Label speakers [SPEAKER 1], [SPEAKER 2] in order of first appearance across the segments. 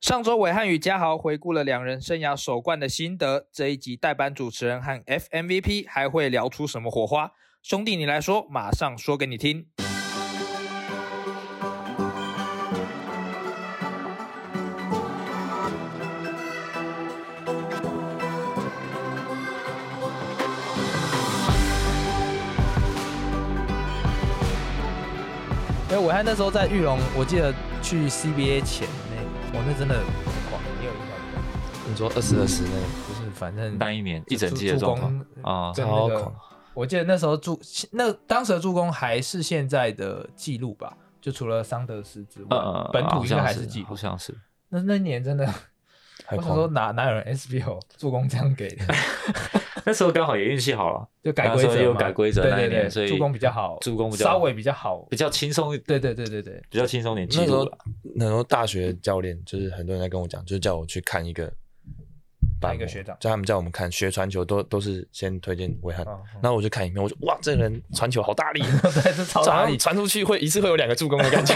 [SPEAKER 1] 上周伟汉与嘉豪回顾了两人生涯首冠的心得，这一集代班主持人和 F MVP 还会聊出什么火花？兄弟，你来说，马上说给你听。
[SPEAKER 2] 因哎为伟汉那时候在玉龙，我记得去 CBA 前那，我那真的很狂，你有印象吗？
[SPEAKER 3] 你说二十二十那个
[SPEAKER 2] 就是反正
[SPEAKER 3] 那一年一整
[SPEAKER 2] 助
[SPEAKER 3] 季的
[SPEAKER 2] 助
[SPEAKER 3] 状况
[SPEAKER 2] 攻
[SPEAKER 3] 啊，
[SPEAKER 2] 真的
[SPEAKER 3] 超
[SPEAKER 2] 那个
[SPEAKER 3] 狂，
[SPEAKER 2] 我记得那时候助那当时的助攻还是现在的记录吧，就除了桑德斯之外，
[SPEAKER 3] 嗯嗯，
[SPEAKER 2] 本土
[SPEAKER 3] 好
[SPEAKER 2] 应该
[SPEAKER 3] 像
[SPEAKER 2] 还
[SPEAKER 3] 是
[SPEAKER 2] 记录
[SPEAKER 3] 好。像是，
[SPEAKER 2] 那那年真的，我
[SPEAKER 3] 很
[SPEAKER 2] 想
[SPEAKER 3] 狂
[SPEAKER 2] 说哪哪有人 SBL 助攻这样给 的，
[SPEAKER 3] 那时候刚好也运气好了，
[SPEAKER 2] 就改
[SPEAKER 3] 那
[SPEAKER 2] 规
[SPEAKER 3] 时候
[SPEAKER 2] 则
[SPEAKER 3] 又
[SPEAKER 2] 嘛
[SPEAKER 3] 改规则
[SPEAKER 2] 对
[SPEAKER 3] 那
[SPEAKER 2] 对
[SPEAKER 3] 一年
[SPEAKER 2] 对，
[SPEAKER 3] 所以
[SPEAKER 2] 助攻比较好，
[SPEAKER 3] 助攻比较
[SPEAKER 2] 稍微比较 好，
[SPEAKER 3] 比较轻松，
[SPEAKER 2] 对对对对 对，
[SPEAKER 3] 比较轻松点记
[SPEAKER 4] 那时
[SPEAKER 3] 录
[SPEAKER 4] 候
[SPEAKER 3] 了。
[SPEAKER 4] 很多大学教练，就是很多人在跟我讲，就是叫我去看一个
[SPEAKER 2] 看
[SPEAKER 4] 版
[SPEAKER 2] 一个
[SPEAKER 4] 模
[SPEAKER 2] 学长
[SPEAKER 4] 就他们叫我们看学传球都都是先推荐维汉，
[SPEAKER 2] 哦
[SPEAKER 4] 然后我就看影片，我就哇，这个人传球好大力，
[SPEAKER 2] 对，这超大
[SPEAKER 4] 传
[SPEAKER 2] 力，
[SPEAKER 4] 传出去会一次会有两个助攻 的感觉。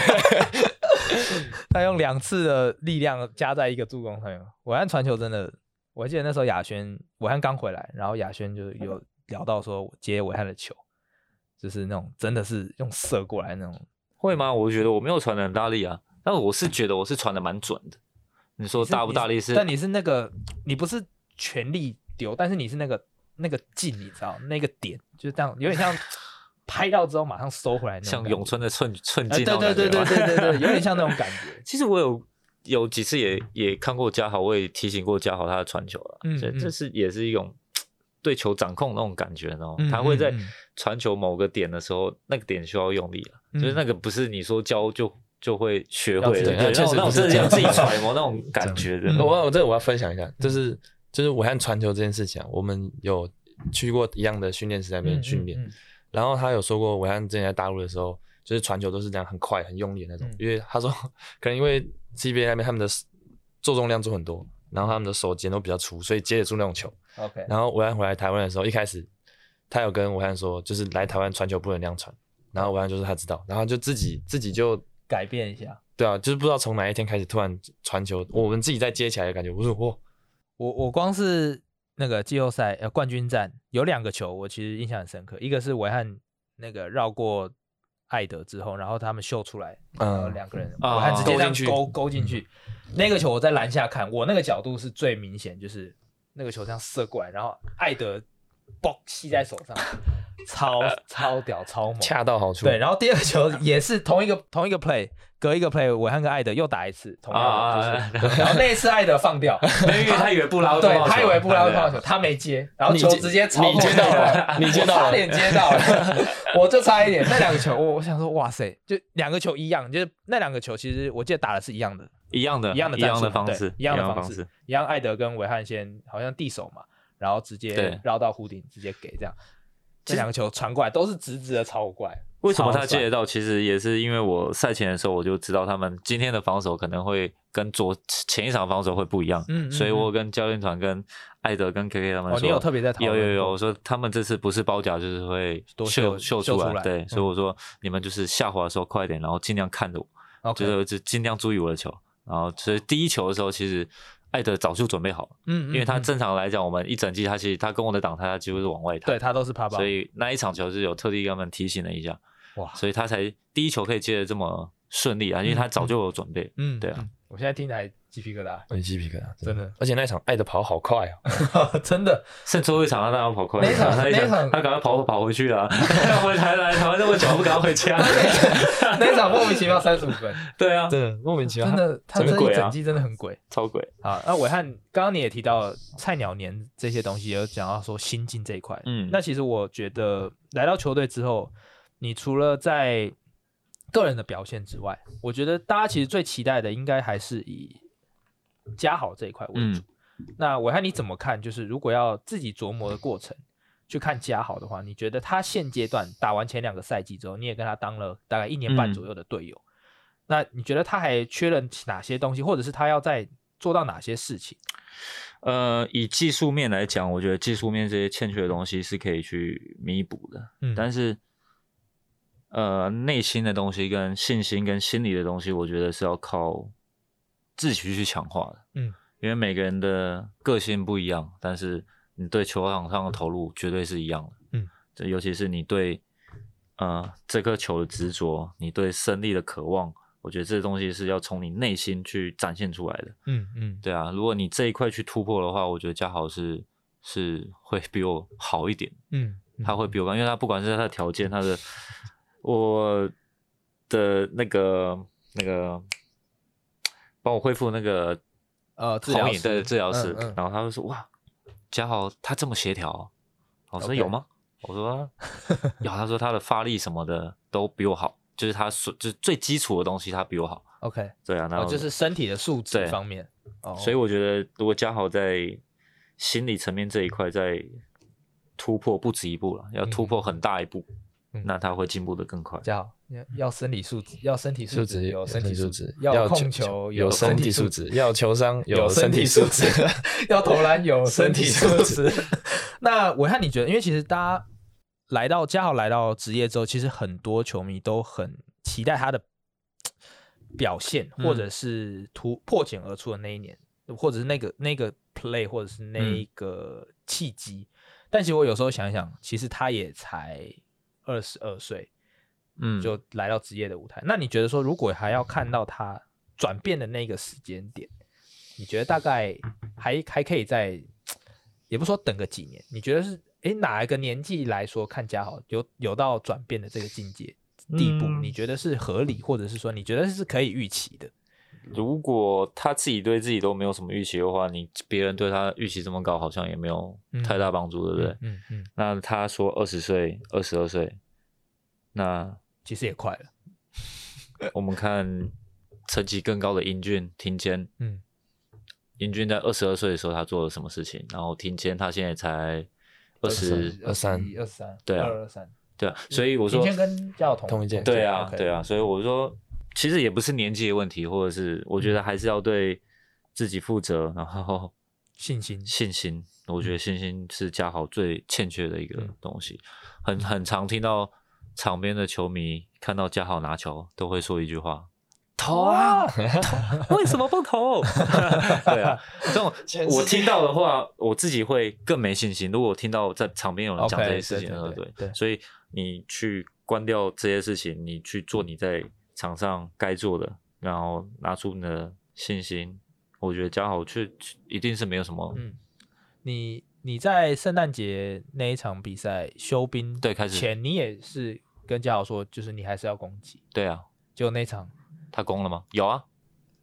[SPEAKER 2] 他用两次的力量加在一个助攻上面。我看传球真的，我记得那时候亚轩，我汉刚回来，然后亚轩就有聊到说我接伟汉的球，就是那种真的是用射过来那种。
[SPEAKER 3] 会吗？我觉得我没有传的很大力啊，但我是觉得我是传的蛮准的。你说大不大力是？
[SPEAKER 2] 但你是那个，你不是全力丢，但是你是那个那个劲，你知道那个点，就是这样，有点像拍到之后马上收回来那种
[SPEAKER 3] 像
[SPEAKER 2] 感觉。
[SPEAKER 3] 咏春的寸寸
[SPEAKER 2] 哎
[SPEAKER 3] 劲那种
[SPEAKER 2] 对对对
[SPEAKER 3] 感觉
[SPEAKER 2] 对
[SPEAKER 3] 吗
[SPEAKER 2] 对 对对，有点像那种感觉。
[SPEAKER 3] 其实我有有几次也也看过嘉豪，我也提醒过嘉豪他的传球了。
[SPEAKER 2] 嗯
[SPEAKER 3] 这
[SPEAKER 2] 嗯
[SPEAKER 3] 这是也是一种对球掌控那种感觉，哦。
[SPEAKER 2] 嗯
[SPEAKER 3] 他会在
[SPEAKER 2] 嗯嗯
[SPEAKER 3] 传球某个点的时候，那个点需要用力了，
[SPEAKER 2] 嗯
[SPEAKER 3] 就是那个不是你说教就就会学会
[SPEAKER 2] 要自
[SPEAKER 3] 的，
[SPEAKER 2] 己
[SPEAKER 3] 对
[SPEAKER 4] 对确
[SPEAKER 3] 那
[SPEAKER 4] 实
[SPEAKER 3] 种那种
[SPEAKER 4] 不是
[SPEAKER 3] 真的
[SPEAKER 4] 这
[SPEAKER 3] 要
[SPEAKER 4] 样
[SPEAKER 3] 自己揣摩那种感觉的。
[SPEAKER 2] 嗯
[SPEAKER 3] 我
[SPEAKER 4] 我我这我要分享一下，就是就是维汉传球这件事情啊，我们有去过一样的训练室在那边训 练，
[SPEAKER 2] 嗯嗯嗯
[SPEAKER 4] 然后他有说过，伟汉之前在大陆的时候，就是传球都是这样很快、很用力的那种，
[SPEAKER 2] 嗯
[SPEAKER 4] 因为他说 可能因为 CBA 那边他们的 s- 做重量做很多，然后他们的手尖都比较粗，所以接得住那种球。
[SPEAKER 2] OK，
[SPEAKER 4] 然后伟汉回来台湾的时候，一开始他有跟伟汉说，就是来台湾传球不能那样传，然后伟汉就说他知道，然后就自己自己就
[SPEAKER 2] 改变一下。
[SPEAKER 4] 对啊，就是不知道从哪一天开始突然传球，我们自己再接起来的感觉，我说哇，
[SPEAKER 2] 我我光是那个季后赛呃冠军战有两个球，我其实印象很深刻，一个是维汉那个绕过艾德之后，然后他们秀出来，然后
[SPEAKER 4] 嗯，
[SPEAKER 2] 两个人维
[SPEAKER 3] 啊
[SPEAKER 2] 汉直接
[SPEAKER 4] 勾
[SPEAKER 2] 这样
[SPEAKER 4] 进去
[SPEAKER 2] 勾勾进去，那个球我在篮下看，我那个角度是最明显，就是那个球这样射过来，然后艾德嘣吸在手上，超超屌超猛，
[SPEAKER 4] 恰到好处，
[SPEAKER 2] 对，然后第二个球也是同一个同一个 play，隔一个 play，我和个艾德又打一次，同样
[SPEAKER 4] 啊
[SPEAKER 2] 的就是，然后那一次艾德放掉，
[SPEAKER 3] 因为他以为布拉会
[SPEAKER 2] 对
[SPEAKER 3] 碰到
[SPEAKER 2] 他以
[SPEAKER 3] 球
[SPEAKER 2] 为布拉会
[SPEAKER 3] 对啊
[SPEAKER 2] 碰到球，他没接，然后
[SPEAKER 4] 你
[SPEAKER 2] 球
[SPEAKER 4] 接
[SPEAKER 2] 直接超
[SPEAKER 4] 你接到了 你接到了
[SPEAKER 2] 差点接到了，我就差一点。那两个球，我我想说，哇塞，就两个球一样，就是那两个球其实我记得打的是一样的，
[SPEAKER 3] 一样的
[SPEAKER 2] 一样的
[SPEAKER 3] 一
[SPEAKER 2] 战
[SPEAKER 3] 样
[SPEAKER 2] 术
[SPEAKER 3] 的
[SPEAKER 2] 嘛
[SPEAKER 3] 方
[SPEAKER 2] 对
[SPEAKER 3] 式，
[SPEAKER 2] 一样的
[SPEAKER 3] 方
[SPEAKER 2] 方式，，一样艾德跟维汉先好像地手嘛，然后直接
[SPEAKER 3] 对
[SPEAKER 2] 绕到弧顶直接给这样，
[SPEAKER 3] 其
[SPEAKER 2] 这
[SPEAKER 3] 实
[SPEAKER 2] 两个球传过来都是直直的超过来。
[SPEAKER 3] 为什么他
[SPEAKER 2] 超帅
[SPEAKER 3] 接得到？其实也是因为我赛前的时候我就知道他们今天的防守可能会跟昨前一场防守会不一样，
[SPEAKER 2] 嗯嗯
[SPEAKER 3] 所以我跟教练团、跟艾德、跟 KK 他们说，
[SPEAKER 2] 哦，你有特别在讨
[SPEAKER 3] 有
[SPEAKER 2] 论
[SPEAKER 3] 有有，
[SPEAKER 2] 过
[SPEAKER 3] 我说他们这次不是包夹就是会
[SPEAKER 2] 多
[SPEAKER 3] 秀
[SPEAKER 2] 秀
[SPEAKER 3] 出
[SPEAKER 2] 秀
[SPEAKER 3] 来，
[SPEAKER 2] 出来
[SPEAKER 3] 对，
[SPEAKER 2] 嗯
[SPEAKER 3] 所以我说你们就是下滑的时候快一点，然后尽量看着我，
[SPEAKER 2] ，OK，
[SPEAKER 3] 就是就尽量注意我的球。然后所以第一球的时候，其实艾德早就准备好了，
[SPEAKER 2] 嗯，
[SPEAKER 3] 因为他
[SPEAKER 2] 嗯嗯
[SPEAKER 3] 正常来讲，我们一整季他其实他跟我的挡拆他几乎是往外弹
[SPEAKER 2] 对，他都是趴包，
[SPEAKER 3] 所以那一场球是有特地跟他们提醒了一下，
[SPEAKER 2] 哇，
[SPEAKER 3] 所以他才第一球可以接的这么顺利啊，因为他早就有准备。
[SPEAKER 2] 嗯
[SPEAKER 3] 对啊，
[SPEAKER 2] 嗯我现在听着还鸡皮疙瘩，
[SPEAKER 4] 我哎鸡皮疙瘩，
[SPEAKER 2] 真的
[SPEAKER 4] 而且那一场艾德跑好快哦，
[SPEAKER 2] 真的，
[SPEAKER 3] 剩最后一场他当然要跑快
[SPEAKER 2] 那
[SPEAKER 3] 一
[SPEAKER 2] 一
[SPEAKER 3] 点，
[SPEAKER 2] 场
[SPEAKER 3] 他一
[SPEAKER 2] 那一场
[SPEAKER 3] 他赶快跑跑回去了， 回台来台湾那么久，不赶快回 家？
[SPEAKER 2] 那一场莫名其妙三十五分，
[SPEAKER 3] 对啊，
[SPEAKER 4] 真的莫名其 妙，
[SPEAKER 2] 真的，他
[SPEAKER 3] 真
[SPEAKER 2] 这一
[SPEAKER 3] 鬼啊
[SPEAKER 2] 整季真的很鬼
[SPEAKER 3] 超鬼。
[SPEAKER 2] 啊。那伟汉，刚刚你也提到菜鸟年这些东西，也有讲到说心境这一块。
[SPEAKER 3] 嗯
[SPEAKER 2] 那其实我觉得来到球队之后，你除了在个人的表现之外，我觉得大家其实最期待的应该还是以加好这一块为主。
[SPEAKER 3] 嗯
[SPEAKER 2] 那伟汉你怎么看？就是如果要自己琢磨的过程去看嘉豪的话，你觉得他现阶段打完前两个赛季之后，你也跟他当了大概一年半
[SPEAKER 3] 嗯
[SPEAKER 2] 左右的队友，那你觉得他还缺了哪些东西，或者是他要再做到哪些事情？
[SPEAKER 3] 呃，以技术面来讲，我觉得技术面这些欠缺的东西是可以去弥补的，
[SPEAKER 2] 嗯
[SPEAKER 3] 但是呃，内心的东西跟信心跟心理的东西，我觉得是要靠自己去强化的。
[SPEAKER 2] 嗯，
[SPEAKER 3] 因为每个人的个性不一样，但是你对球场上的投入绝对是一样的。
[SPEAKER 2] 嗯，
[SPEAKER 3] 这尤其是你对呃这颗球的执着，你对胜利的渴望，我觉得这东西是要从你内心去展现出来的。
[SPEAKER 2] 嗯嗯，
[SPEAKER 3] 对啊，如果你这一块去突破的话，我觉得嘉豪是是会比我好一点。
[SPEAKER 2] 嗯，嗯
[SPEAKER 3] 他会比我高，因为他不管是他的条件，他的我的那个那个帮我恢复那个
[SPEAKER 2] 呃治疗
[SPEAKER 3] 红影
[SPEAKER 2] 师
[SPEAKER 3] 对治疗师，
[SPEAKER 2] 嗯嗯
[SPEAKER 3] 然后他就说哇，嘉豪他这么协调哦、我说
[SPEAKER 2] OK
[SPEAKER 3] 有吗？我 说有，他说他的发力什么的都比我好，就是他所就是最基础的东西他比我好，
[SPEAKER 2] OK，
[SPEAKER 3] 对啊，然
[SPEAKER 2] 哦，
[SPEAKER 3] 后、
[SPEAKER 2] 就是身体的素质
[SPEAKER 3] 对
[SPEAKER 2] 方面，哦，
[SPEAKER 3] 所以我觉得如果嘉豪在心理层面这一块在突破不止一步了，要突破很大一步。
[SPEAKER 2] 嗯
[SPEAKER 3] 那他会进步的更快。
[SPEAKER 2] 加好，要要生理素质，要身体素
[SPEAKER 4] 素
[SPEAKER 2] 质
[SPEAKER 4] 质
[SPEAKER 2] 有身体
[SPEAKER 4] 体
[SPEAKER 2] 素
[SPEAKER 4] 质
[SPEAKER 2] 质，，要控
[SPEAKER 4] 球
[SPEAKER 2] 球
[SPEAKER 4] 有身
[SPEAKER 2] 身
[SPEAKER 4] 体素
[SPEAKER 2] 素
[SPEAKER 4] 质，要球商有身
[SPEAKER 2] 身
[SPEAKER 4] 体素
[SPEAKER 2] 素
[SPEAKER 4] 质。
[SPEAKER 2] 要投篮有身
[SPEAKER 4] 身体
[SPEAKER 2] 体
[SPEAKER 4] 素
[SPEAKER 2] 素
[SPEAKER 4] 质
[SPEAKER 2] 质。 那我看你觉得，因为其实大家来到嘉豪来到职业之后，其实很多球迷都很期待他的表现，
[SPEAKER 3] 嗯
[SPEAKER 2] 或者是突破茧而出的那一年，或者是那个那个 play，或者是那一个契机。但其实我有时候想一想，其实他也才二十二岁，
[SPEAKER 3] 嗯，
[SPEAKER 2] 就来到职业的舞台。那你觉得说，如果还要看到他转变的那个时间点，你觉得大概还还可以在，也不说等个几年，你觉得是诶哪一个年纪来说看嘉豪有有到转变的这个境界地步，
[SPEAKER 3] 嗯
[SPEAKER 2] 你觉得是合理，或者是说你觉得是可以预期的？
[SPEAKER 3] 如果他自己对自己都没有什么预期的话，你别人对他预期这么高，好像也没有太大帮助，对不对？
[SPEAKER 2] 嗯嗯，
[SPEAKER 3] 那他说二十岁、二十二岁，那
[SPEAKER 2] 其实也快了，
[SPEAKER 3] 我们看成绩更高的英俊、听坚，
[SPEAKER 2] 嗯，
[SPEAKER 3] 英俊在二十二岁的时候他做了什么事情，然后听坚他现在才二
[SPEAKER 4] 20
[SPEAKER 3] 十，
[SPEAKER 2] 一、二三，
[SPEAKER 3] 对啊
[SPEAKER 2] 二二三。
[SPEAKER 3] 对啊，所以我说
[SPEAKER 2] 先跟嘉豪同
[SPEAKER 4] 同一届
[SPEAKER 3] 对啊，对
[SPEAKER 2] 啊，
[SPEAKER 3] 啊，所以我说，其实也不是年纪的问题，或者是我觉得
[SPEAKER 2] 嗯
[SPEAKER 3] 还是要对自己负责，然后
[SPEAKER 2] 信心
[SPEAKER 3] 信心，我觉得信心是嘉豪最欠缺的一个
[SPEAKER 2] 嗯
[SPEAKER 3] 东西。很很常听到场边的球迷看到嘉豪拿球，都会说一句话：“投啊，投为什么不投？” 对啊，这种
[SPEAKER 4] 全世界
[SPEAKER 3] 我听到的话，我自己会更没信心。如果我听到在场边有人讲
[SPEAKER 2] OK，
[SPEAKER 3] 这些事情，呃
[SPEAKER 2] 对对
[SPEAKER 3] 对
[SPEAKER 2] 对对
[SPEAKER 3] 所以你去关掉这些事情，你去做你在场上该做的，然后拿出你的信心。我觉得嘉豪却一定是没有什么
[SPEAKER 2] 嗯，你你在圣诞节那一场比赛休兵
[SPEAKER 3] 对开始
[SPEAKER 2] 前，你也是跟嘉豪说，就是你还是要攻击。
[SPEAKER 3] 对啊，
[SPEAKER 2] 就那一场
[SPEAKER 3] 他攻了吗？有啊，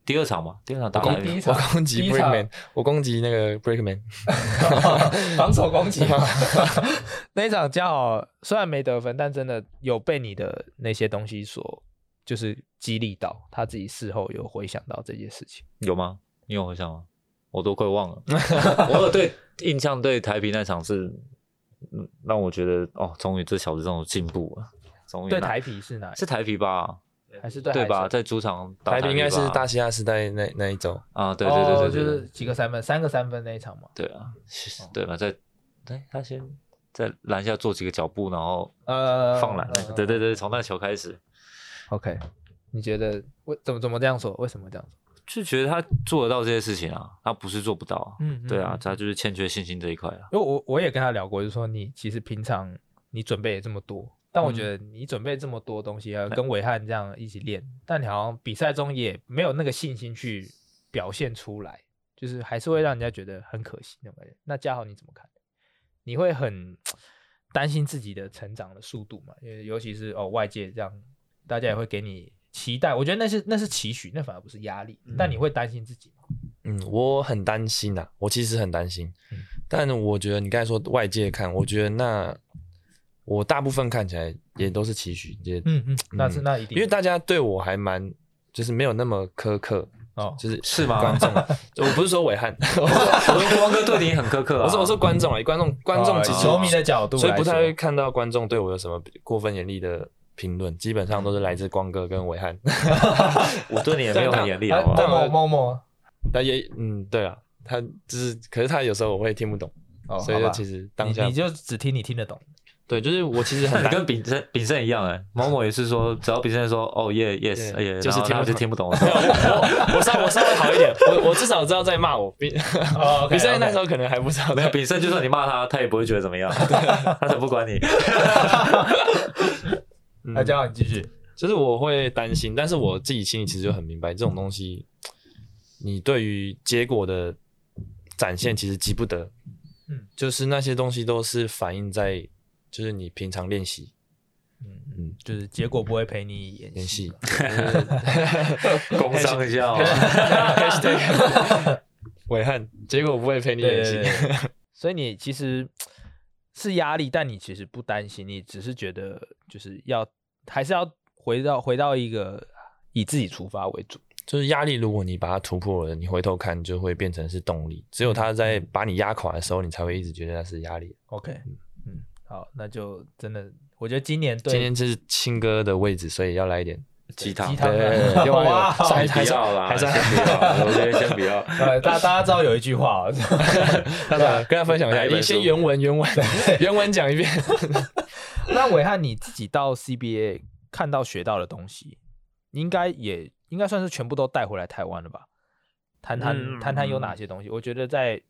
[SPEAKER 3] 第二场嘛，第二场打
[SPEAKER 2] 攻
[SPEAKER 3] 哪里
[SPEAKER 2] 第一
[SPEAKER 4] 我
[SPEAKER 2] 场
[SPEAKER 4] 攻击
[SPEAKER 2] 第一场
[SPEAKER 4] Breakman，我攻击那个 Breakman，
[SPEAKER 2] 防守攻击嘛， 那一场嘉豪虽然没得分，但真的有被你的那些东西所就是激励到，他自己事后有回想到这件事情。
[SPEAKER 3] 有吗？你有回想吗？我都快忘了。我有对印象对台啤那场是，嗯，让我觉得哦，终于这小子这种进步了，终于
[SPEAKER 2] 对
[SPEAKER 3] 拿
[SPEAKER 2] 台皮是哪？
[SPEAKER 3] 是台啤吧？
[SPEAKER 2] 还是对
[SPEAKER 3] 对
[SPEAKER 2] 海
[SPEAKER 3] 吧？
[SPEAKER 2] 神
[SPEAKER 3] 在主场打
[SPEAKER 4] 台
[SPEAKER 3] 啤
[SPEAKER 4] 币应该是
[SPEAKER 3] 吧
[SPEAKER 4] 大西亚时代那那一周，
[SPEAKER 3] 啊，对对对对
[SPEAKER 2] 哦，就
[SPEAKER 3] 对
[SPEAKER 2] 是几个三分，三个三分那一场嘛。
[SPEAKER 3] 对啊，是对吧？在哎，他先在篮下做几个脚步，然后
[SPEAKER 2] 呃，
[SPEAKER 3] 放篮那个，对对对，从那球开始，
[SPEAKER 2] OK，你觉得为怎么怎么这样说？为什么这样说？
[SPEAKER 3] 就觉得他做得到这些事情啊，他不是做不到啊。
[SPEAKER 2] 嗯
[SPEAKER 3] 对啊，他就是欠缺信心这一块啊。
[SPEAKER 2] 因为我我也跟他聊过，就是说你其实平常你准备也这么多，但我觉得你准备这么多东西，要跟伟汉这样一起练，但你好像比赛中也没有那个信心去表现出来，就是还是会让人家觉得很可惜那种感觉。那嘉豪你怎么看？你会很担心自己的成长的速度嘛？因为尤其是哦外界这样，大家也会给你期待，我觉得那是那是期许，那反而不是压力。但你会担心自己吗？
[SPEAKER 4] 嗯，我很担心啊，我其实很担心，
[SPEAKER 2] 嗯
[SPEAKER 4] 但我觉得你刚才说外界看，我觉得那我大部分看起来也都是期许，也、
[SPEAKER 2] 嗯嗯，那是那一定，
[SPEAKER 4] 因为大家对我还蛮就是没有那么苛刻，
[SPEAKER 2] 哦
[SPEAKER 4] 就是
[SPEAKER 3] 是吗
[SPEAKER 4] 观众，啊 我不是说伟汉， 我
[SPEAKER 3] 我说国王哥对你很苛刻 啊。
[SPEAKER 4] 说我说观众啊，观众观众
[SPEAKER 2] 哦
[SPEAKER 4] 其实、
[SPEAKER 2] 球迷的角度来
[SPEAKER 4] 所
[SPEAKER 2] 说，
[SPEAKER 4] 以不太会看到观众对我有什么过分严厉的评论，基本上都是来自光哥跟伟汉，
[SPEAKER 2] 嗯
[SPEAKER 3] 我对你也没有很严厉，
[SPEAKER 2] 啊
[SPEAKER 3] 好不
[SPEAKER 2] 但
[SPEAKER 3] 好？
[SPEAKER 2] 某某某，
[SPEAKER 4] 那也嗯对啊，他就是，可是他有时候我会听不懂，
[SPEAKER 2] 哦
[SPEAKER 4] 所以
[SPEAKER 2] 好
[SPEAKER 4] 就
[SPEAKER 2] 吧
[SPEAKER 4] 其实当
[SPEAKER 2] 你
[SPEAKER 4] 下
[SPEAKER 2] 你就只听你听得懂，
[SPEAKER 4] 对，就是我其实 很
[SPEAKER 3] 你
[SPEAKER 4] 难
[SPEAKER 3] 跟炳胜炳胜一样哎，某某也是说，只要炳胜说哦耶 yes
[SPEAKER 4] 对
[SPEAKER 3] 耶，
[SPEAKER 4] 就是
[SPEAKER 3] 然后
[SPEAKER 4] 听
[SPEAKER 3] 他
[SPEAKER 4] 不
[SPEAKER 3] 就
[SPEAKER 4] 懂
[SPEAKER 3] 听不懂。
[SPEAKER 4] 没有我我我稍我稍微好一点，我我至少知道在骂我。比
[SPEAKER 2] 哦
[SPEAKER 4] 比赛那时候可能还不知道
[SPEAKER 3] 没
[SPEAKER 4] 在
[SPEAKER 3] 有，炳胜就算你骂他，他也不会觉得怎么样，
[SPEAKER 4] 啊
[SPEAKER 3] 他才不管 你。
[SPEAKER 4] 嗯
[SPEAKER 2] 那嘉豪你继续。
[SPEAKER 4] 就是我会担心，但是我自己心里其实就很明白，这种东西，你对于结果的展现其实急不得。
[SPEAKER 2] 嗯，
[SPEAKER 4] 就是那些东西都是反映在，就是你平常练习
[SPEAKER 2] 嗯嗯，就是结果不会陪你演
[SPEAKER 4] 练
[SPEAKER 2] 戏
[SPEAKER 4] 习
[SPEAKER 2] 嘛。，
[SPEAKER 3] 工伤一 下哦，
[SPEAKER 4] 伟汉，啊结果不会陪你
[SPEAKER 2] 对
[SPEAKER 4] 演
[SPEAKER 2] 对
[SPEAKER 4] 戏。
[SPEAKER 2] 对对 所以你其实是压力，但你其实不担心，你只是觉得就是要还是要回到回到一个以自己出发为主。
[SPEAKER 4] 就是压力，如果你把它突破了，你回头看就会变成是动力。只有他在把你压垮的时候，你才会一直觉得那是压力。
[SPEAKER 2] OK，嗯，好，那就真的，我觉得今年对
[SPEAKER 4] 今天是青哥的位置，所以要来一点。
[SPEAKER 3] 鸡汤
[SPEAKER 2] 鸡。汤啊
[SPEAKER 4] 对对对对，又
[SPEAKER 2] 哇
[SPEAKER 4] 还
[SPEAKER 3] 不
[SPEAKER 4] 还 是
[SPEAKER 3] 要啦，
[SPEAKER 4] 还是
[SPEAKER 3] 先不要，我觉得先不 要。
[SPEAKER 2] 呃，大大家知道有一句话、哦，
[SPEAKER 4] 对吧？跟他分享一下，
[SPEAKER 3] 哪一本
[SPEAKER 4] 你先
[SPEAKER 3] 书
[SPEAKER 4] 原文原文原文讲一遍。
[SPEAKER 2] 那伟汉你自己到 CBA 看到学到的东西，你应该也应该算是全部都带回来台湾了吧？谈谈
[SPEAKER 3] 嗯
[SPEAKER 2] 谈谈有哪些东西？我觉得在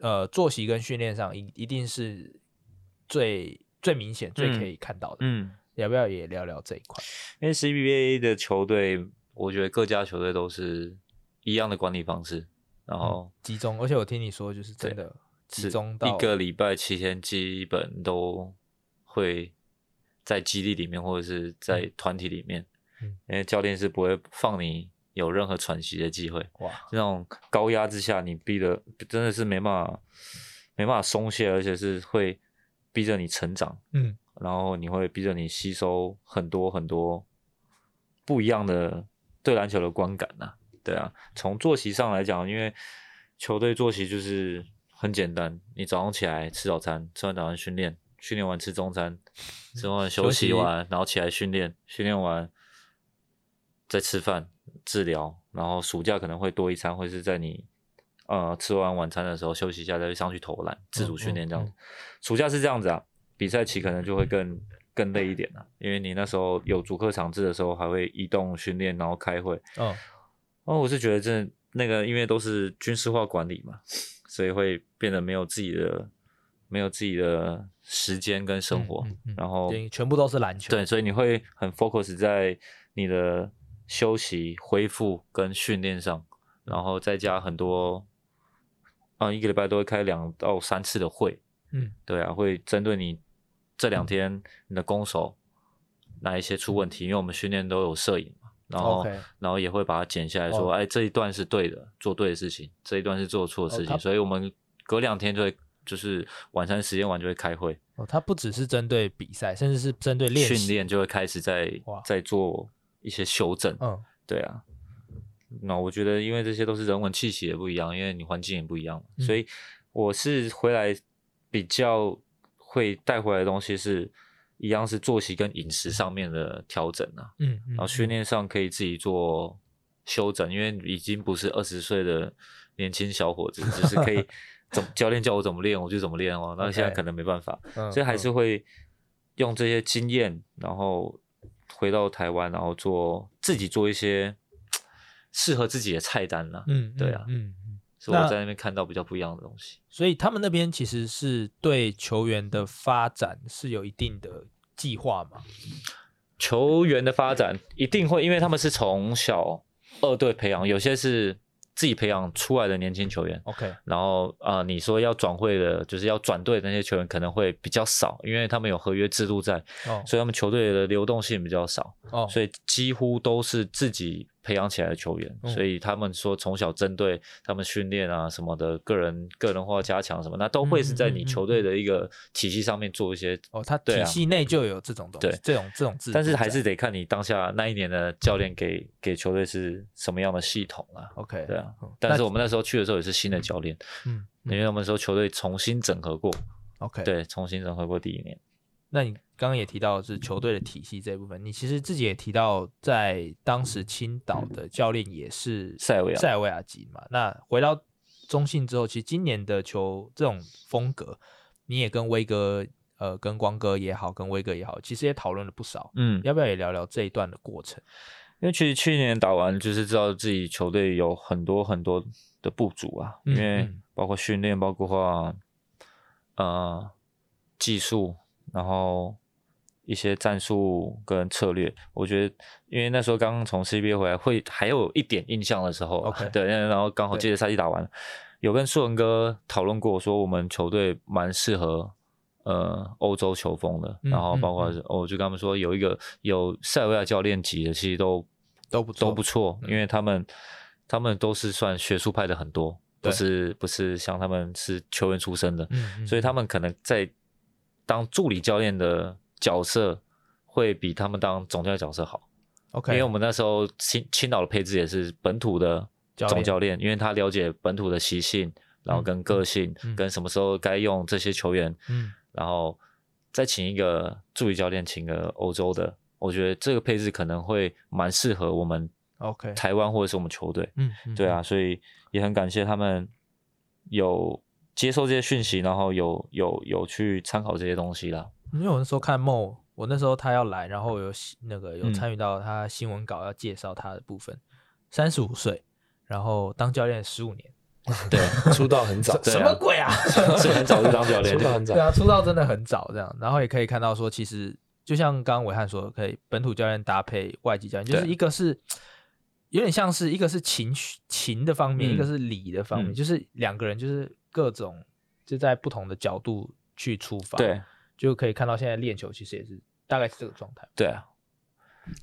[SPEAKER 2] 呃作息跟训练上一一定是最最明显、最可以看到的。
[SPEAKER 3] 嗯，
[SPEAKER 2] 要不要也聊聊这一块？
[SPEAKER 3] 因为 CBA 的球队，我觉得各家球队都是一样的管理方式，然后
[SPEAKER 2] 集中，而且我听你说，就是真的集
[SPEAKER 3] 是
[SPEAKER 2] 中到
[SPEAKER 3] 一个礼拜七天，基本都会在基地里面或者是在团体里面，
[SPEAKER 2] 嗯
[SPEAKER 3] 因为教练是不会放你有任何喘息的机会。
[SPEAKER 2] 哇，
[SPEAKER 3] 这种高压之下，你逼的真的是没办法，没办法松懈，而且是会逼着你成长。
[SPEAKER 2] 嗯，
[SPEAKER 3] 然后你会逼着你吸收很多很多不一样的对篮球的观感呐、对啊，从作息上来讲，因为球队作息就是很简单，你早上起来吃早餐，吃完早餐训练，训练完吃中餐，吃完休
[SPEAKER 2] 休
[SPEAKER 3] 息
[SPEAKER 2] 息
[SPEAKER 3] 完，然后起来训练，训练完再吃饭治疗，然后暑假可能会多一餐，会是在你呃吃完晚餐的时候休息一下，再上去投
[SPEAKER 2] 嗯
[SPEAKER 3] 篮，自主训练这样子。暑假是这样子啊，比赛期可能就会更更累一点了、因为你那时候有主客场制的时候，还会移动训练，然后开会。
[SPEAKER 2] 嗯，
[SPEAKER 3] 哦，我是觉得这那个，因为都是军事化管理嘛， 所以会变得没有自己的没有自己的时间跟生活，
[SPEAKER 2] 嗯嗯嗯
[SPEAKER 3] 然后
[SPEAKER 2] 对全部都是篮球
[SPEAKER 3] 对，所以你会很 focus 在你的休息、恢复跟训练上，然后再加很多，嗯，一个礼拜都会开两到三次的会，
[SPEAKER 2] 嗯，
[SPEAKER 3] 对啊，会针对你这两天你的攻守哪一些出问题，因为我们训练都有摄影嘛，然后
[SPEAKER 2] OK
[SPEAKER 3] 然后也会把它剪下来说，
[SPEAKER 2] 哦
[SPEAKER 3] 哎，这一段是对的，做对的事情，这一段是做错的事
[SPEAKER 2] 哦
[SPEAKER 3] 情，
[SPEAKER 2] 他
[SPEAKER 3] 所以我们隔两天就会就是晚餐时间完就会开会，
[SPEAKER 2] 哦，它不只是针对比赛，甚至是针对练习
[SPEAKER 3] 训练就会开始在
[SPEAKER 2] 哇
[SPEAKER 3] 在做一些修正，
[SPEAKER 2] 嗯，
[SPEAKER 3] 对啊。那我觉得，因为这些都是人文气息也不一样，因为你环境也不一样嘛，
[SPEAKER 2] 嗯
[SPEAKER 3] 所以我是回来比较会带回来的东西是一样是作息跟饮食上面的调整啊，
[SPEAKER 2] 嗯嗯，
[SPEAKER 3] 然后训练上可以自己做修整，因为已经不是二十岁的年轻小伙子， 只是可以怎么教练叫我怎么练我就怎么练哦，那现在
[SPEAKER 2] OK
[SPEAKER 3] 可能没办法，
[SPEAKER 2] 嗯，
[SPEAKER 3] 所以还
[SPEAKER 2] 嗯
[SPEAKER 3] 是会用这些经验，然后回到台湾，然后做自己做一些适合自己的菜单啦。
[SPEAKER 2] 嗯，
[SPEAKER 3] 对啊
[SPEAKER 2] 嗯嗯。
[SPEAKER 3] 是我
[SPEAKER 2] 那
[SPEAKER 3] 在那边看到比较不一样的东西。
[SPEAKER 2] 所以他们那边其实是对球员的发展是有一定的计划嘛？
[SPEAKER 3] 球员的发展一定会，因为他们是从小二队培养，有些是自己培养出来的年轻球员。
[SPEAKER 2] OK，
[SPEAKER 3] 然后呃，你说要转会的，就是要转队的那些球员可能会比较少，因为他们有合约制度在，
[SPEAKER 2] 哦
[SPEAKER 3] 所以他们球队的流动性比较少。
[SPEAKER 2] 哦，
[SPEAKER 3] 所以几乎都是自己培养起来的球员，
[SPEAKER 2] 嗯
[SPEAKER 3] 所以他们说从小针对他们训练啊什么的，个人个人化加强什么，那都会是在
[SPEAKER 2] 嗯嗯
[SPEAKER 3] 你
[SPEAKER 2] 嗯
[SPEAKER 3] 球队的一个体系上面做一些，
[SPEAKER 2] 哦，他
[SPEAKER 3] 对
[SPEAKER 2] 体
[SPEAKER 3] 啊
[SPEAKER 2] 系内就有这种东西，
[SPEAKER 3] 对
[SPEAKER 2] 这种这种制度在，
[SPEAKER 3] 但是还是得看你当下那一年的教练给给球队是什么样的系统啦、
[SPEAKER 2] OK，
[SPEAKER 3] 对啊
[SPEAKER 2] 嗯，
[SPEAKER 3] 但是
[SPEAKER 2] 那
[SPEAKER 3] 我们那时候去的时候也是新的教练，
[SPEAKER 2] 嗯
[SPEAKER 3] 因为我们那时候球队重新整合过，
[SPEAKER 2] ，OK，，
[SPEAKER 3] 对，重新整合过第一年。
[SPEAKER 2] 那你刚刚也提到是球队的体系这一部分，你其实自己也提到，在当时青岛的教练也是
[SPEAKER 3] 塞维亚
[SPEAKER 2] 塞维亚籍嘛。那回到中信之后，其实今年的球这种风格，你也跟威哥呃跟光哥也好，跟威哥也好，其实也讨论了不少。
[SPEAKER 3] 嗯，
[SPEAKER 2] 要不要也聊聊这一段的过程？
[SPEAKER 3] 因为其实去年打完，就是知道自己球队有很多很多的不足啊，
[SPEAKER 2] 嗯
[SPEAKER 3] 因为
[SPEAKER 2] 嗯
[SPEAKER 3] 包括训练，包括话呃技术，然后一些战术跟策略。我觉得，因为那时候刚刚从 CBA 回来，会还有一点印象的时候啊
[SPEAKER 2] OK
[SPEAKER 3] 对，然后刚好
[SPEAKER 2] 对
[SPEAKER 3] 这个赛季打完，有跟树文哥讨论过，说我们球队蛮适合呃欧洲球风的，
[SPEAKER 2] 嗯
[SPEAKER 3] 然后
[SPEAKER 2] 嗯
[SPEAKER 3] 包括
[SPEAKER 2] 嗯
[SPEAKER 3] 是、哦我就跟他们说有一个有塞尔维亚教练级的，其实都
[SPEAKER 2] 都不错嗯
[SPEAKER 3] 都不错，因为他们他们都是算学术派的很多，不
[SPEAKER 2] 对
[SPEAKER 3] 是不是像他们是球员出身的，
[SPEAKER 2] 嗯
[SPEAKER 3] 所以他们可能在当助理教练的角色会比他们当总教练角色好。
[SPEAKER 2] OK，
[SPEAKER 3] 因为我们那时候青青岛的配置也是本土的
[SPEAKER 2] 教
[SPEAKER 3] 总
[SPEAKER 2] 练
[SPEAKER 3] 教练，因为他了解本土的习性，然后跟个性，
[SPEAKER 2] 嗯
[SPEAKER 3] 跟什么时候该用这些球员，
[SPEAKER 2] 嗯
[SPEAKER 3] 然后再请一个助理教练，请个欧洲的，我觉得这个配置可能会蛮适合我们
[SPEAKER 2] OK
[SPEAKER 3] 台湾或者是我们球队。
[SPEAKER 2] 嗯，嗯
[SPEAKER 3] 对啊，，所以也很感谢他们有接受这些讯息，然后有有有去参考这些东西啦。
[SPEAKER 2] 嗯因为我那时候看梦，我那时候他要来，然后有喜那个有
[SPEAKER 3] 嗯
[SPEAKER 2] 参与到他新闻稿要介绍他的部分，三十五岁，然后当教练十五年，
[SPEAKER 3] 对，
[SPEAKER 4] 出道很 早，
[SPEAKER 3] 对
[SPEAKER 2] 什
[SPEAKER 3] 啊
[SPEAKER 2] 么鬼啊？
[SPEAKER 3] 是很早就当教练
[SPEAKER 4] 出，道很早
[SPEAKER 2] 对，啊，出道真的很早，这样，然后也可以看到说，其实就像刚刚伟汉说的，可以本土教练搭配外籍教练，就是
[SPEAKER 3] 对
[SPEAKER 2] 一个是有点像是一个是情绪情的方面，
[SPEAKER 3] 嗯
[SPEAKER 2] 一个是理的方面，
[SPEAKER 3] 嗯
[SPEAKER 2] 就是两个人就是各种就在不同的角度去出发，，
[SPEAKER 3] 对
[SPEAKER 2] 就可以看到现在练球其实也是大概是这个状态。
[SPEAKER 3] 对啊，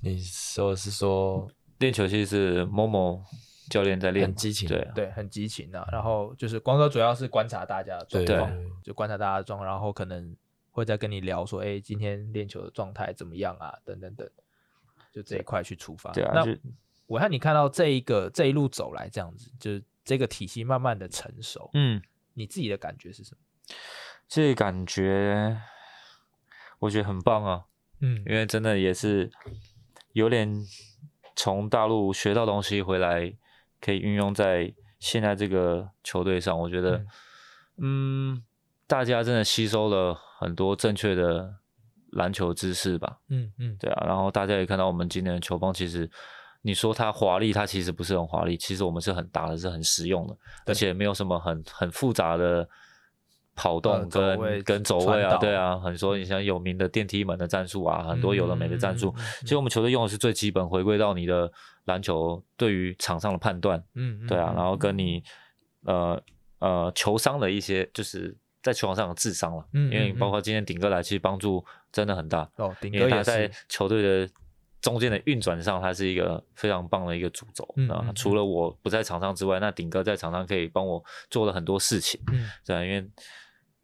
[SPEAKER 4] 你说是说
[SPEAKER 3] 练球其实是某某教练在练
[SPEAKER 4] 练
[SPEAKER 3] 嘛，
[SPEAKER 4] 激情，
[SPEAKER 3] 对啊，
[SPEAKER 2] 对，很激情啊。然后就是光哥主要是观察大家的状
[SPEAKER 4] 对
[SPEAKER 2] 况，就观察大家的状况，然后可能会再跟你聊说，哎，今天练球的状态怎么样啊？等等等，就这一块去出发。
[SPEAKER 3] 对啊
[SPEAKER 2] 那
[SPEAKER 3] 就
[SPEAKER 2] 我和你看到这一个这一路走来这样子，就是这个体系慢慢的成熟，
[SPEAKER 3] 嗯，
[SPEAKER 2] 你自己的感觉是什么？
[SPEAKER 3] 这感觉我觉得很棒啊，
[SPEAKER 2] 嗯
[SPEAKER 3] 因为真的也是有点从大陆学到东西回来，可以运用在现在这个球队上。我觉得，嗯大家真的吸收了很多正确的篮球知识吧。
[SPEAKER 2] 嗯嗯，
[SPEAKER 3] 对啊，然后大家也看到我们今年的球风，其实你说它华丽，它其实不是很华丽，其实我们是很打的是很实用的，
[SPEAKER 2] 对
[SPEAKER 3] 而且没有什么很很复杂的跑
[SPEAKER 2] 呃
[SPEAKER 3] 动
[SPEAKER 2] 走
[SPEAKER 3] 跟、
[SPEAKER 2] 位
[SPEAKER 3] 跟走位
[SPEAKER 2] 传
[SPEAKER 3] 啊，
[SPEAKER 2] 导
[SPEAKER 3] 对啊，很多你像有名的电梯门的战术啊，很多有的没的战术，
[SPEAKER 2] 嗯嗯嗯嗯
[SPEAKER 3] 其实我们球队用的是最基本，回归到你的篮球对于场上的判断，
[SPEAKER 2] 嗯，嗯
[SPEAKER 3] 对啊，
[SPEAKER 2] 嗯
[SPEAKER 3] 然后跟你呃呃球商的一些就是。在球场上的智商了，
[SPEAKER 2] 嗯
[SPEAKER 3] 因为
[SPEAKER 2] 嗯
[SPEAKER 3] 包括今天顶哥来，其实帮助真的很大。
[SPEAKER 2] 哦，顶
[SPEAKER 3] 因为
[SPEAKER 2] 哥
[SPEAKER 3] 他
[SPEAKER 2] 也
[SPEAKER 3] 在
[SPEAKER 2] 是，
[SPEAKER 3] 球队的中间的运转上，他是一个非常棒的一个主轴。
[SPEAKER 2] 嗯
[SPEAKER 3] 那
[SPEAKER 2] 嗯
[SPEAKER 3] 除了我不在场上之外，那顶哥在场上可以帮我做了很多事情。
[SPEAKER 2] 嗯
[SPEAKER 3] 对啊，因为，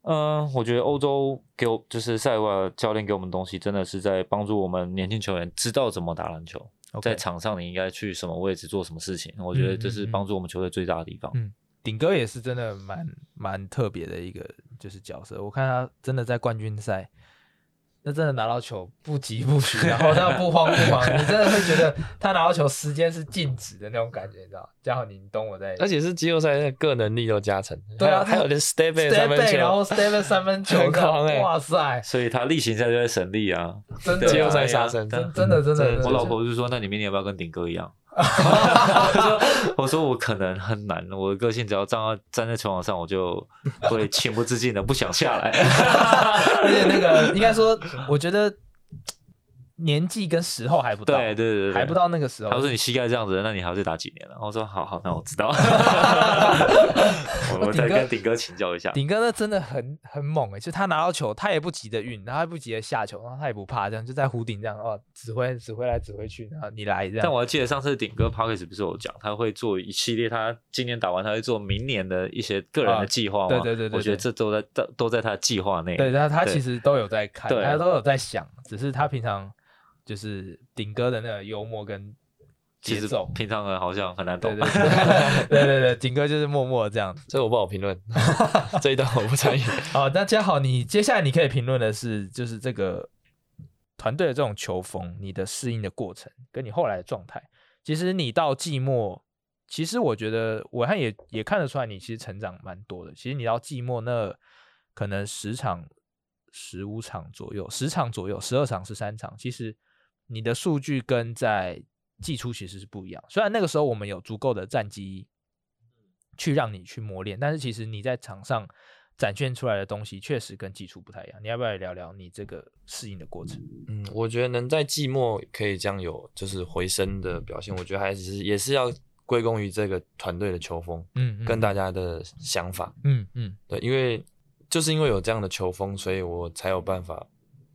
[SPEAKER 3] 嗯、我觉得欧洲给我就是塞尔维亚教练给我们的东西，真的是在帮助我们年轻球员知道怎么打篮球，
[SPEAKER 2] ，OK，
[SPEAKER 3] 在场上你应该去什么位置做什么事情。我觉得这是
[SPEAKER 2] 嗯嗯嗯
[SPEAKER 3] 帮助我们球队最大的地方。
[SPEAKER 2] 嗯顶哥也是真的蛮蛮特别的一个就是角色，我看他真的在冠军赛，那真的拿到球不急不徐，然后那不慌不忙，你真的会觉得他拿到球时间是静止的那种感觉，你知道？嘉豪，你懂我在。
[SPEAKER 4] 而且是季后赛那个个能力都加成，
[SPEAKER 2] 对啊
[SPEAKER 4] 还有还有连 step back 三
[SPEAKER 2] step
[SPEAKER 4] 分
[SPEAKER 2] back，
[SPEAKER 4] 球，
[SPEAKER 2] 然后 step back 三分球，
[SPEAKER 4] 很狂欸
[SPEAKER 2] 哇塞，
[SPEAKER 3] 所以他例行赛就在省力啊，
[SPEAKER 2] 真的
[SPEAKER 4] 季
[SPEAKER 3] 对
[SPEAKER 4] 后
[SPEAKER 3] 啊对
[SPEAKER 4] 赛
[SPEAKER 3] 啊
[SPEAKER 4] 杀嗯神，
[SPEAKER 3] 真
[SPEAKER 2] 真真的真的，
[SPEAKER 4] 真的
[SPEAKER 3] 我
[SPEAKER 2] 真
[SPEAKER 3] 老
[SPEAKER 2] 的
[SPEAKER 3] 婆就说：“那你明年要不要跟顶哥一 样？”我说：“我说我可能很难，我的个性只要站到站在球场上，我就会情不自禁的不想下 来。
[SPEAKER 2] 而且那个应该说，我觉得年纪跟时候还不到，
[SPEAKER 3] 对”对对对对，
[SPEAKER 2] 还不。到那个时候
[SPEAKER 3] 他。说：“你膝盖这样子，那你还要再打几年啊了？”我说：“好好，那我 知道。我”我再跟顶哥请教一下。
[SPEAKER 2] 顶哥那真的很很猛哎、就他拿到球，他也不急着运，然后他也不急着下球，然后他也不怕，这样就在弧顶这样哦，指挥指挥来指挥去，然后你来这样。
[SPEAKER 3] 但我还记得上次顶哥 p o c k e t 不是有讲，他会做一系列，他今年打完，他会做明年的一些个人
[SPEAKER 2] 啊
[SPEAKER 3] 的计划
[SPEAKER 2] 对
[SPEAKER 3] 嘛？
[SPEAKER 2] 对对对
[SPEAKER 3] 我觉得
[SPEAKER 2] 对
[SPEAKER 3] 这都在都都在他的计划内。
[SPEAKER 2] 对，然后他
[SPEAKER 3] 对
[SPEAKER 2] 其实都有在看，
[SPEAKER 3] 对
[SPEAKER 2] 他都有在想，只是他平常就是顶哥的那个幽默跟
[SPEAKER 3] 其
[SPEAKER 2] 节
[SPEAKER 3] 实
[SPEAKER 2] 奏。
[SPEAKER 3] 平常人好像很难懂
[SPEAKER 2] 对。对对 对对对，顶哥就是默默这样子。
[SPEAKER 4] 这我不好评论，这一段我不参与。
[SPEAKER 2] 好，那嘉豪，你接下来你可以评论的是，就是这个团队的这种球风，你的适应的过程，跟你后来的状态。其实你到季末，其实我觉得我看也也看得出来，你其实成长蛮多的。其实你到季末那可能十场十五场左右，十场左右，十二场是三场，其实你的数据跟在季初其实是不一样。虽然那个时候我们有足够的战绩去让你去磨练，但是其实你在场上展现出来的东西确实跟季初不太一样。你要不要也聊聊你这个适应的过程？
[SPEAKER 4] 嗯，我觉得能在季末可以这样有就是回升的表现，我觉得还是也是要归功于这个团队的球风
[SPEAKER 2] 嗯
[SPEAKER 4] 跟大家的想法。
[SPEAKER 2] 嗯嗯
[SPEAKER 4] 对，因为就是因为有这样的球风，所以我才有办法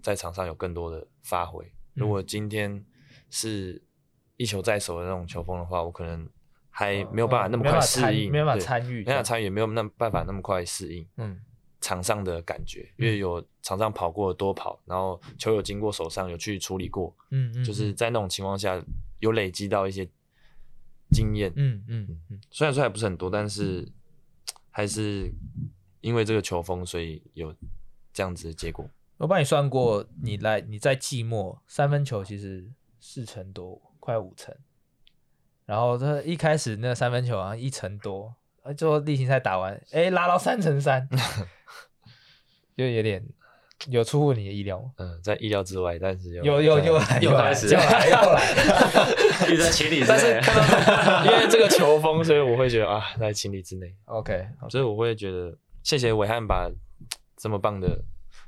[SPEAKER 4] 在场上有更多的发挥。如
[SPEAKER 2] 嗯
[SPEAKER 4] 果今天是一球在手的那种球风的话，我可能还没有办法那
[SPEAKER 2] 哦
[SPEAKER 4] 么
[SPEAKER 2] 没
[SPEAKER 4] 快
[SPEAKER 2] 办法
[SPEAKER 4] 适
[SPEAKER 2] 参
[SPEAKER 4] 应，
[SPEAKER 2] 没办法
[SPEAKER 4] 对
[SPEAKER 2] 参与
[SPEAKER 4] 没办法参与，也没有那么办法那么快适应。
[SPEAKER 2] 嗯
[SPEAKER 4] 场上的感觉，因为有场上跑过的多跑，然后球有经过手上有去处理过，
[SPEAKER 2] 嗯嗯，
[SPEAKER 4] 就是在那种情况下有累积到一些经验，
[SPEAKER 2] 嗯嗯嗯
[SPEAKER 4] 虽然说还不是很多，但是嘖还是因为这个球风，所以有这样子的结果。
[SPEAKER 2] 我帮你算过，你来你在季末三分球其实四成多，快五成。然后他一开始那三分球好像一成多，啊，最后例行赛打完，哎，拉到三成 三，就有点有出乎你的意料吗？
[SPEAKER 4] 嗯、在意料之外，但是
[SPEAKER 2] 有有又来
[SPEAKER 3] 又
[SPEAKER 2] 来
[SPEAKER 3] 开始
[SPEAKER 2] 又来又来，
[SPEAKER 3] 一直在情理之
[SPEAKER 4] 但是
[SPEAKER 3] 内。
[SPEAKER 4] 看到 因为这个球风，所以我会觉得啊，在情理之内，
[SPEAKER 2] OK，好
[SPEAKER 4] 所以我会觉得谢谢伟汉把嘖这么棒的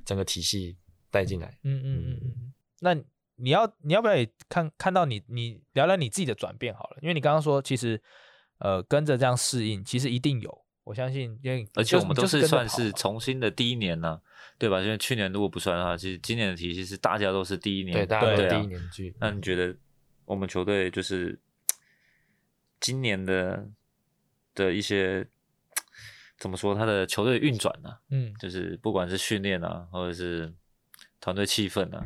[SPEAKER 4] 整个体系带进来。
[SPEAKER 2] 嗯嗯嗯嗯嗯，那你要你要不要也看看到你你聊聊你自己的转变好了？因为你刚刚说其实呃跟着这样适应，其实一定有，我相信，因为
[SPEAKER 3] 而且我们都
[SPEAKER 2] 是跟
[SPEAKER 3] 是
[SPEAKER 2] 着
[SPEAKER 3] 算
[SPEAKER 2] 跑
[SPEAKER 3] 是
[SPEAKER 2] 嘛
[SPEAKER 3] 重新的第一年呢、对吧？因为去年如果不算的话，其实今年的体系是大家都是第一年，
[SPEAKER 4] 对，大家都
[SPEAKER 3] 对啊
[SPEAKER 4] 第一年去，
[SPEAKER 3] 那你觉得我们球队就是今年的的一些怎么说？他的球队运转呢、
[SPEAKER 2] 嗯
[SPEAKER 3] 就是不管是训练啊，或者是团队气氛啊，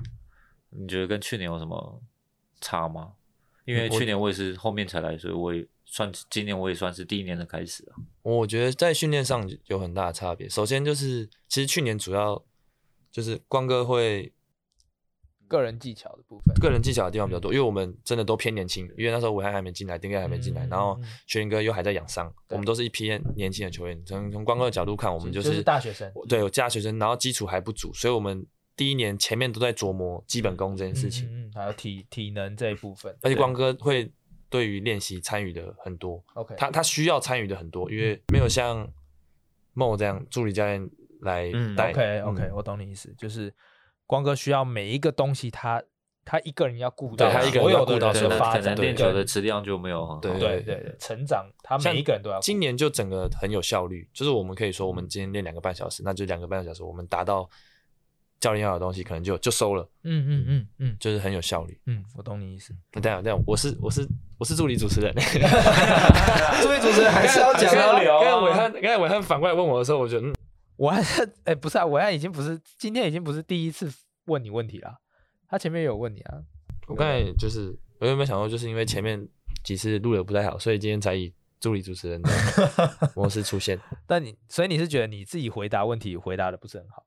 [SPEAKER 3] 你觉得跟去年有什么差吗？因为
[SPEAKER 4] 嗯我
[SPEAKER 3] 去年我也是后面才来，所以我也算今年我也算是第一年的开始啊。
[SPEAKER 4] 我觉得在训练上有很大的差别。首先就是，其实去年主要就是光哥会
[SPEAKER 2] 个人技巧的部分，
[SPEAKER 4] 个人技巧的地方比较多，因为我们真的都偏年轻，因为那时候伟汉还没进来，丁哥还没进来，
[SPEAKER 2] 嗯
[SPEAKER 4] 然后学林哥又还在养伤，
[SPEAKER 2] 对
[SPEAKER 4] 我们都是一批年轻的球员。从从光哥的角度看，我们
[SPEAKER 2] 就
[SPEAKER 4] 就是
[SPEAKER 2] 大学生
[SPEAKER 4] 对，有大学生，然后基础还不足，所以我们第一年前面都在琢磨基本功这件事情，
[SPEAKER 2] 嗯嗯嗯还有体体能这一部分
[SPEAKER 4] 而且光哥会对于练习参与的很多，
[SPEAKER 2] ，OK，
[SPEAKER 4] 他他需要参与的很多，因为没有像梦这样助理教练来
[SPEAKER 3] 嗯
[SPEAKER 4] 带。
[SPEAKER 2] OK OK，
[SPEAKER 4] 嗯
[SPEAKER 2] 我懂你意思，就是光哥需要每一个东西他。他一个人要顾
[SPEAKER 4] 对
[SPEAKER 3] 啊
[SPEAKER 2] 到
[SPEAKER 4] 他一个人
[SPEAKER 2] 所
[SPEAKER 4] 要
[SPEAKER 2] 有
[SPEAKER 4] 顾
[SPEAKER 2] 的
[SPEAKER 4] 到
[SPEAKER 2] 人
[SPEAKER 4] 所
[SPEAKER 3] 可
[SPEAKER 4] 有
[SPEAKER 2] 的
[SPEAKER 3] 能
[SPEAKER 4] 的
[SPEAKER 2] 发
[SPEAKER 3] 啊可
[SPEAKER 2] 展
[SPEAKER 3] 能
[SPEAKER 2] 跟，
[SPEAKER 3] 练球的质量就没有很好。
[SPEAKER 4] 对
[SPEAKER 2] 对对对，成长，他
[SPEAKER 4] 像
[SPEAKER 2] 每一个人都要顾。
[SPEAKER 4] 今年就整个很有效率，就是我们可以说，我们今天练两个半小时，那就两个半小时，我们达到教练要的东西，可能就就收了，
[SPEAKER 2] 嗯嗯嗯嗯
[SPEAKER 4] 就是很有效率。
[SPEAKER 2] 嗯，我懂你意思。
[SPEAKER 4] 那这样这样，我是我是我是助理主持人，
[SPEAKER 2] 这位主持人还是要 讲
[SPEAKER 4] 刚
[SPEAKER 2] 啊
[SPEAKER 4] 才刚才伟汉刚才伟汉反过来问我的时候，我觉得嗯，
[SPEAKER 2] 我还是哎、不是啊，我还已经不是今天已经不是第一次问你问题了，他前面也有问你啊。
[SPEAKER 4] 我刚才就是我有没有想过，就是因为前面几次录的不太好，所以今天才以助理主持人的模式出现，
[SPEAKER 2] 但你所以你是觉得你自己回答问题回答的不是很好？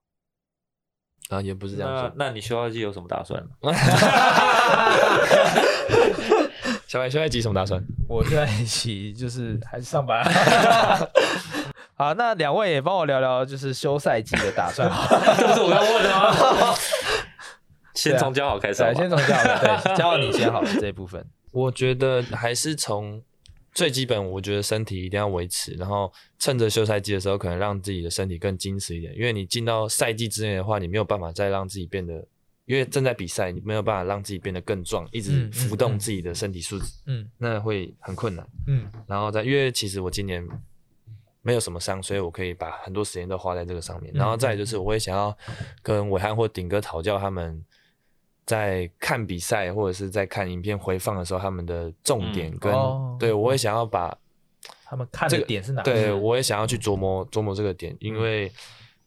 [SPEAKER 4] 然后也不是这样
[SPEAKER 3] 那
[SPEAKER 4] 说。
[SPEAKER 3] 那你休赛季有什么打算 呢？
[SPEAKER 4] 小白现在急什么打算？
[SPEAKER 2] 我在一起就是还是上班。啊 好，那两位也帮我聊聊就是休赛季的打算。
[SPEAKER 3] 这不是我要问的吗？先从交好开始 好
[SPEAKER 2] 对，
[SPEAKER 3] 吧，
[SPEAKER 2] 先从教对 教你先好了这一部分。
[SPEAKER 4] 我觉得还是从最基本，我觉得身体一定要维持，然后趁着休赛季的时候，可能让自己的身体更精实一点。因为你进到赛季之内的话，你没有办法再让自己变得，因为正在比赛，你没有办法让自己变得更壮，一直
[SPEAKER 2] 嗯嗯
[SPEAKER 4] 浮动自己的身体素质，
[SPEAKER 2] 嗯
[SPEAKER 4] 那会很困难。
[SPEAKER 2] 嗯
[SPEAKER 4] 然后再，因为其实我今年没有什么伤，所以我可以把很多时间都花在这个上面。然后再来就是，
[SPEAKER 2] 嗯
[SPEAKER 4] 我也想要跟伟汉或顶哥讨教他们在看比赛或者是在看影片回放的时候，他们的重点
[SPEAKER 3] 嗯
[SPEAKER 4] 跟、
[SPEAKER 2] 哦
[SPEAKER 4] 对我也想要把
[SPEAKER 2] 他们看
[SPEAKER 4] 这
[SPEAKER 2] 的
[SPEAKER 4] 个
[SPEAKER 2] 点是哪？
[SPEAKER 4] 对，我也想要去琢磨琢磨这个点，因为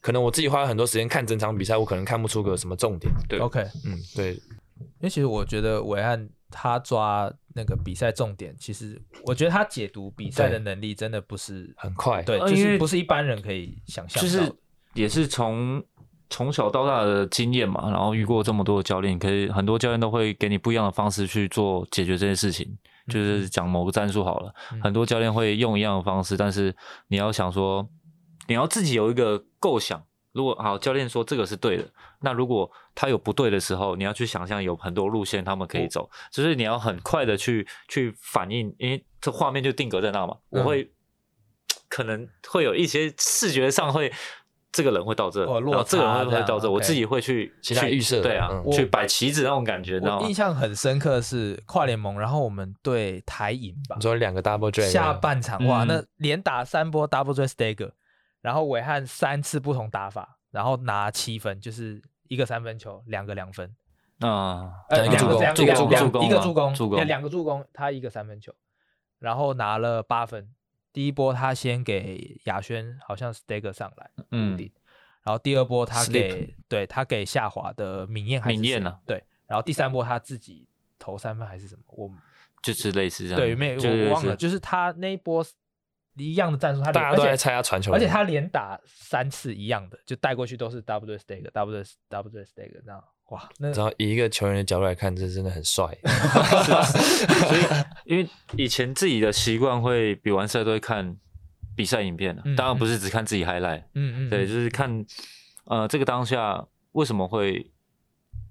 [SPEAKER 4] 可能我自己花了很多时间看整场比赛，我可能看不出个什么重点。
[SPEAKER 3] 对
[SPEAKER 2] OK，
[SPEAKER 4] 嗯，对，
[SPEAKER 2] 因为其实我觉得伟汉他抓那个比赛重点，其实我觉得他解读比赛的能力真的不是
[SPEAKER 4] 很快。
[SPEAKER 2] 对，
[SPEAKER 3] 呃
[SPEAKER 2] 就
[SPEAKER 3] 因
[SPEAKER 2] 是
[SPEAKER 3] 为
[SPEAKER 2] 不是一般人可以想象
[SPEAKER 3] 就
[SPEAKER 2] 到的。
[SPEAKER 3] 是也是从从小到大的经验嘛，然后遇过这么多的教练，可以很多教练都会给你不一样的方式去做解决这件事情。就是讲某个战术好了，
[SPEAKER 2] 嗯
[SPEAKER 3] 很多教练会用一样的方式，但是你要想说，你要自己有一个构想，如果好，教练说这个是对的，那如果他有不对的时候，你要去想象有很多路线他们
[SPEAKER 2] 嗯
[SPEAKER 3] 可以走，就是你要很快的去去反应，因为这画面就定格在那嘛。我
[SPEAKER 2] 嗯
[SPEAKER 3] 会、可能会有一些视觉上会，这个人会到这，
[SPEAKER 2] 哦落
[SPEAKER 3] 然后这个
[SPEAKER 2] 差
[SPEAKER 3] 人会
[SPEAKER 2] 这
[SPEAKER 3] 会
[SPEAKER 2] 样
[SPEAKER 3] 到这，我
[SPEAKER 2] OK
[SPEAKER 3] 自己会去
[SPEAKER 4] 其他
[SPEAKER 3] 去
[SPEAKER 4] 预设的
[SPEAKER 3] 对啊，
[SPEAKER 4] 嗯
[SPEAKER 2] 我
[SPEAKER 3] 去摆旗子那种感觉，你知道
[SPEAKER 2] 我
[SPEAKER 3] 吗嗯
[SPEAKER 2] 印？象很深刻的是跨联盟，然后我们对台银吧
[SPEAKER 4] 你，说两个 double 啊 j
[SPEAKER 2] 啊下半场哇，
[SPEAKER 3] 嗯
[SPEAKER 2] 那连打三波 double j stagger，然后伟汉三次不同打法，然后拿七分，就是一个三分球，两个两分，
[SPEAKER 3] 啊，
[SPEAKER 2] 呃，
[SPEAKER 4] 等于
[SPEAKER 2] 两个
[SPEAKER 4] 助攻
[SPEAKER 2] 两个
[SPEAKER 4] 助攻
[SPEAKER 2] 两个一
[SPEAKER 3] 助攻
[SPEAKER 2] 个
[SPEAKER 3] 嘛
[SPEAKER 2] 助攻，
[SPEAKER 3] 助攻
[SPEAKER 2] 对两个助攻，他一个三分球，然后拿了八分。第一波他先给亚轩，好像 stagger 上来，
[SPEAKER 3] 嗯
[SPEAKER 2] 嗯，然后第二波他
[SPEAKER 3] Sleep
[SPEAKER 2] 给对他给下滑的明艳还是
[SPEAKER 3] 敏彦
[SPEAKER 2] 谁
[SPEAKER 3] 啊，
[SPEAKER 2] 对，然后第三波他自己投三分还是什么，我
[SPEAKER 3] 就是类似这样，
[SPEAKER 2] 对，没
[SPEAKER 3] 就
[SPEAKER 2] 有
[SPEAKER 3] 是
[SPEAKER 2] 我忘了，就是他那一波一样的战术，他
[SPEAKER 4] 大家都
[SPEAKER 2] 而且
[SPEAKER 4] 在猜他传球，
[SPEAKER 2] 而且他连打三次一样的，就带过去都是 double stake double double stake 这样，哇，那
[SPEAKER 4] 然后以一个球员的角度来看，这真的很帅。
[SPEAKER 3] 所以，因为以前自己的习惯会比完赛都会看比赛影片啊
[SPEAKER 2] 嗯
[SPEAKER 3] 当然不是只看自己 highlight，、
[SPEAKER 2] 嗯嗯，
[SPEAKER 3] 对，
[SPEAKER 2] 嗯
[SPEAKER 3] 就是看呃这个当下为什么会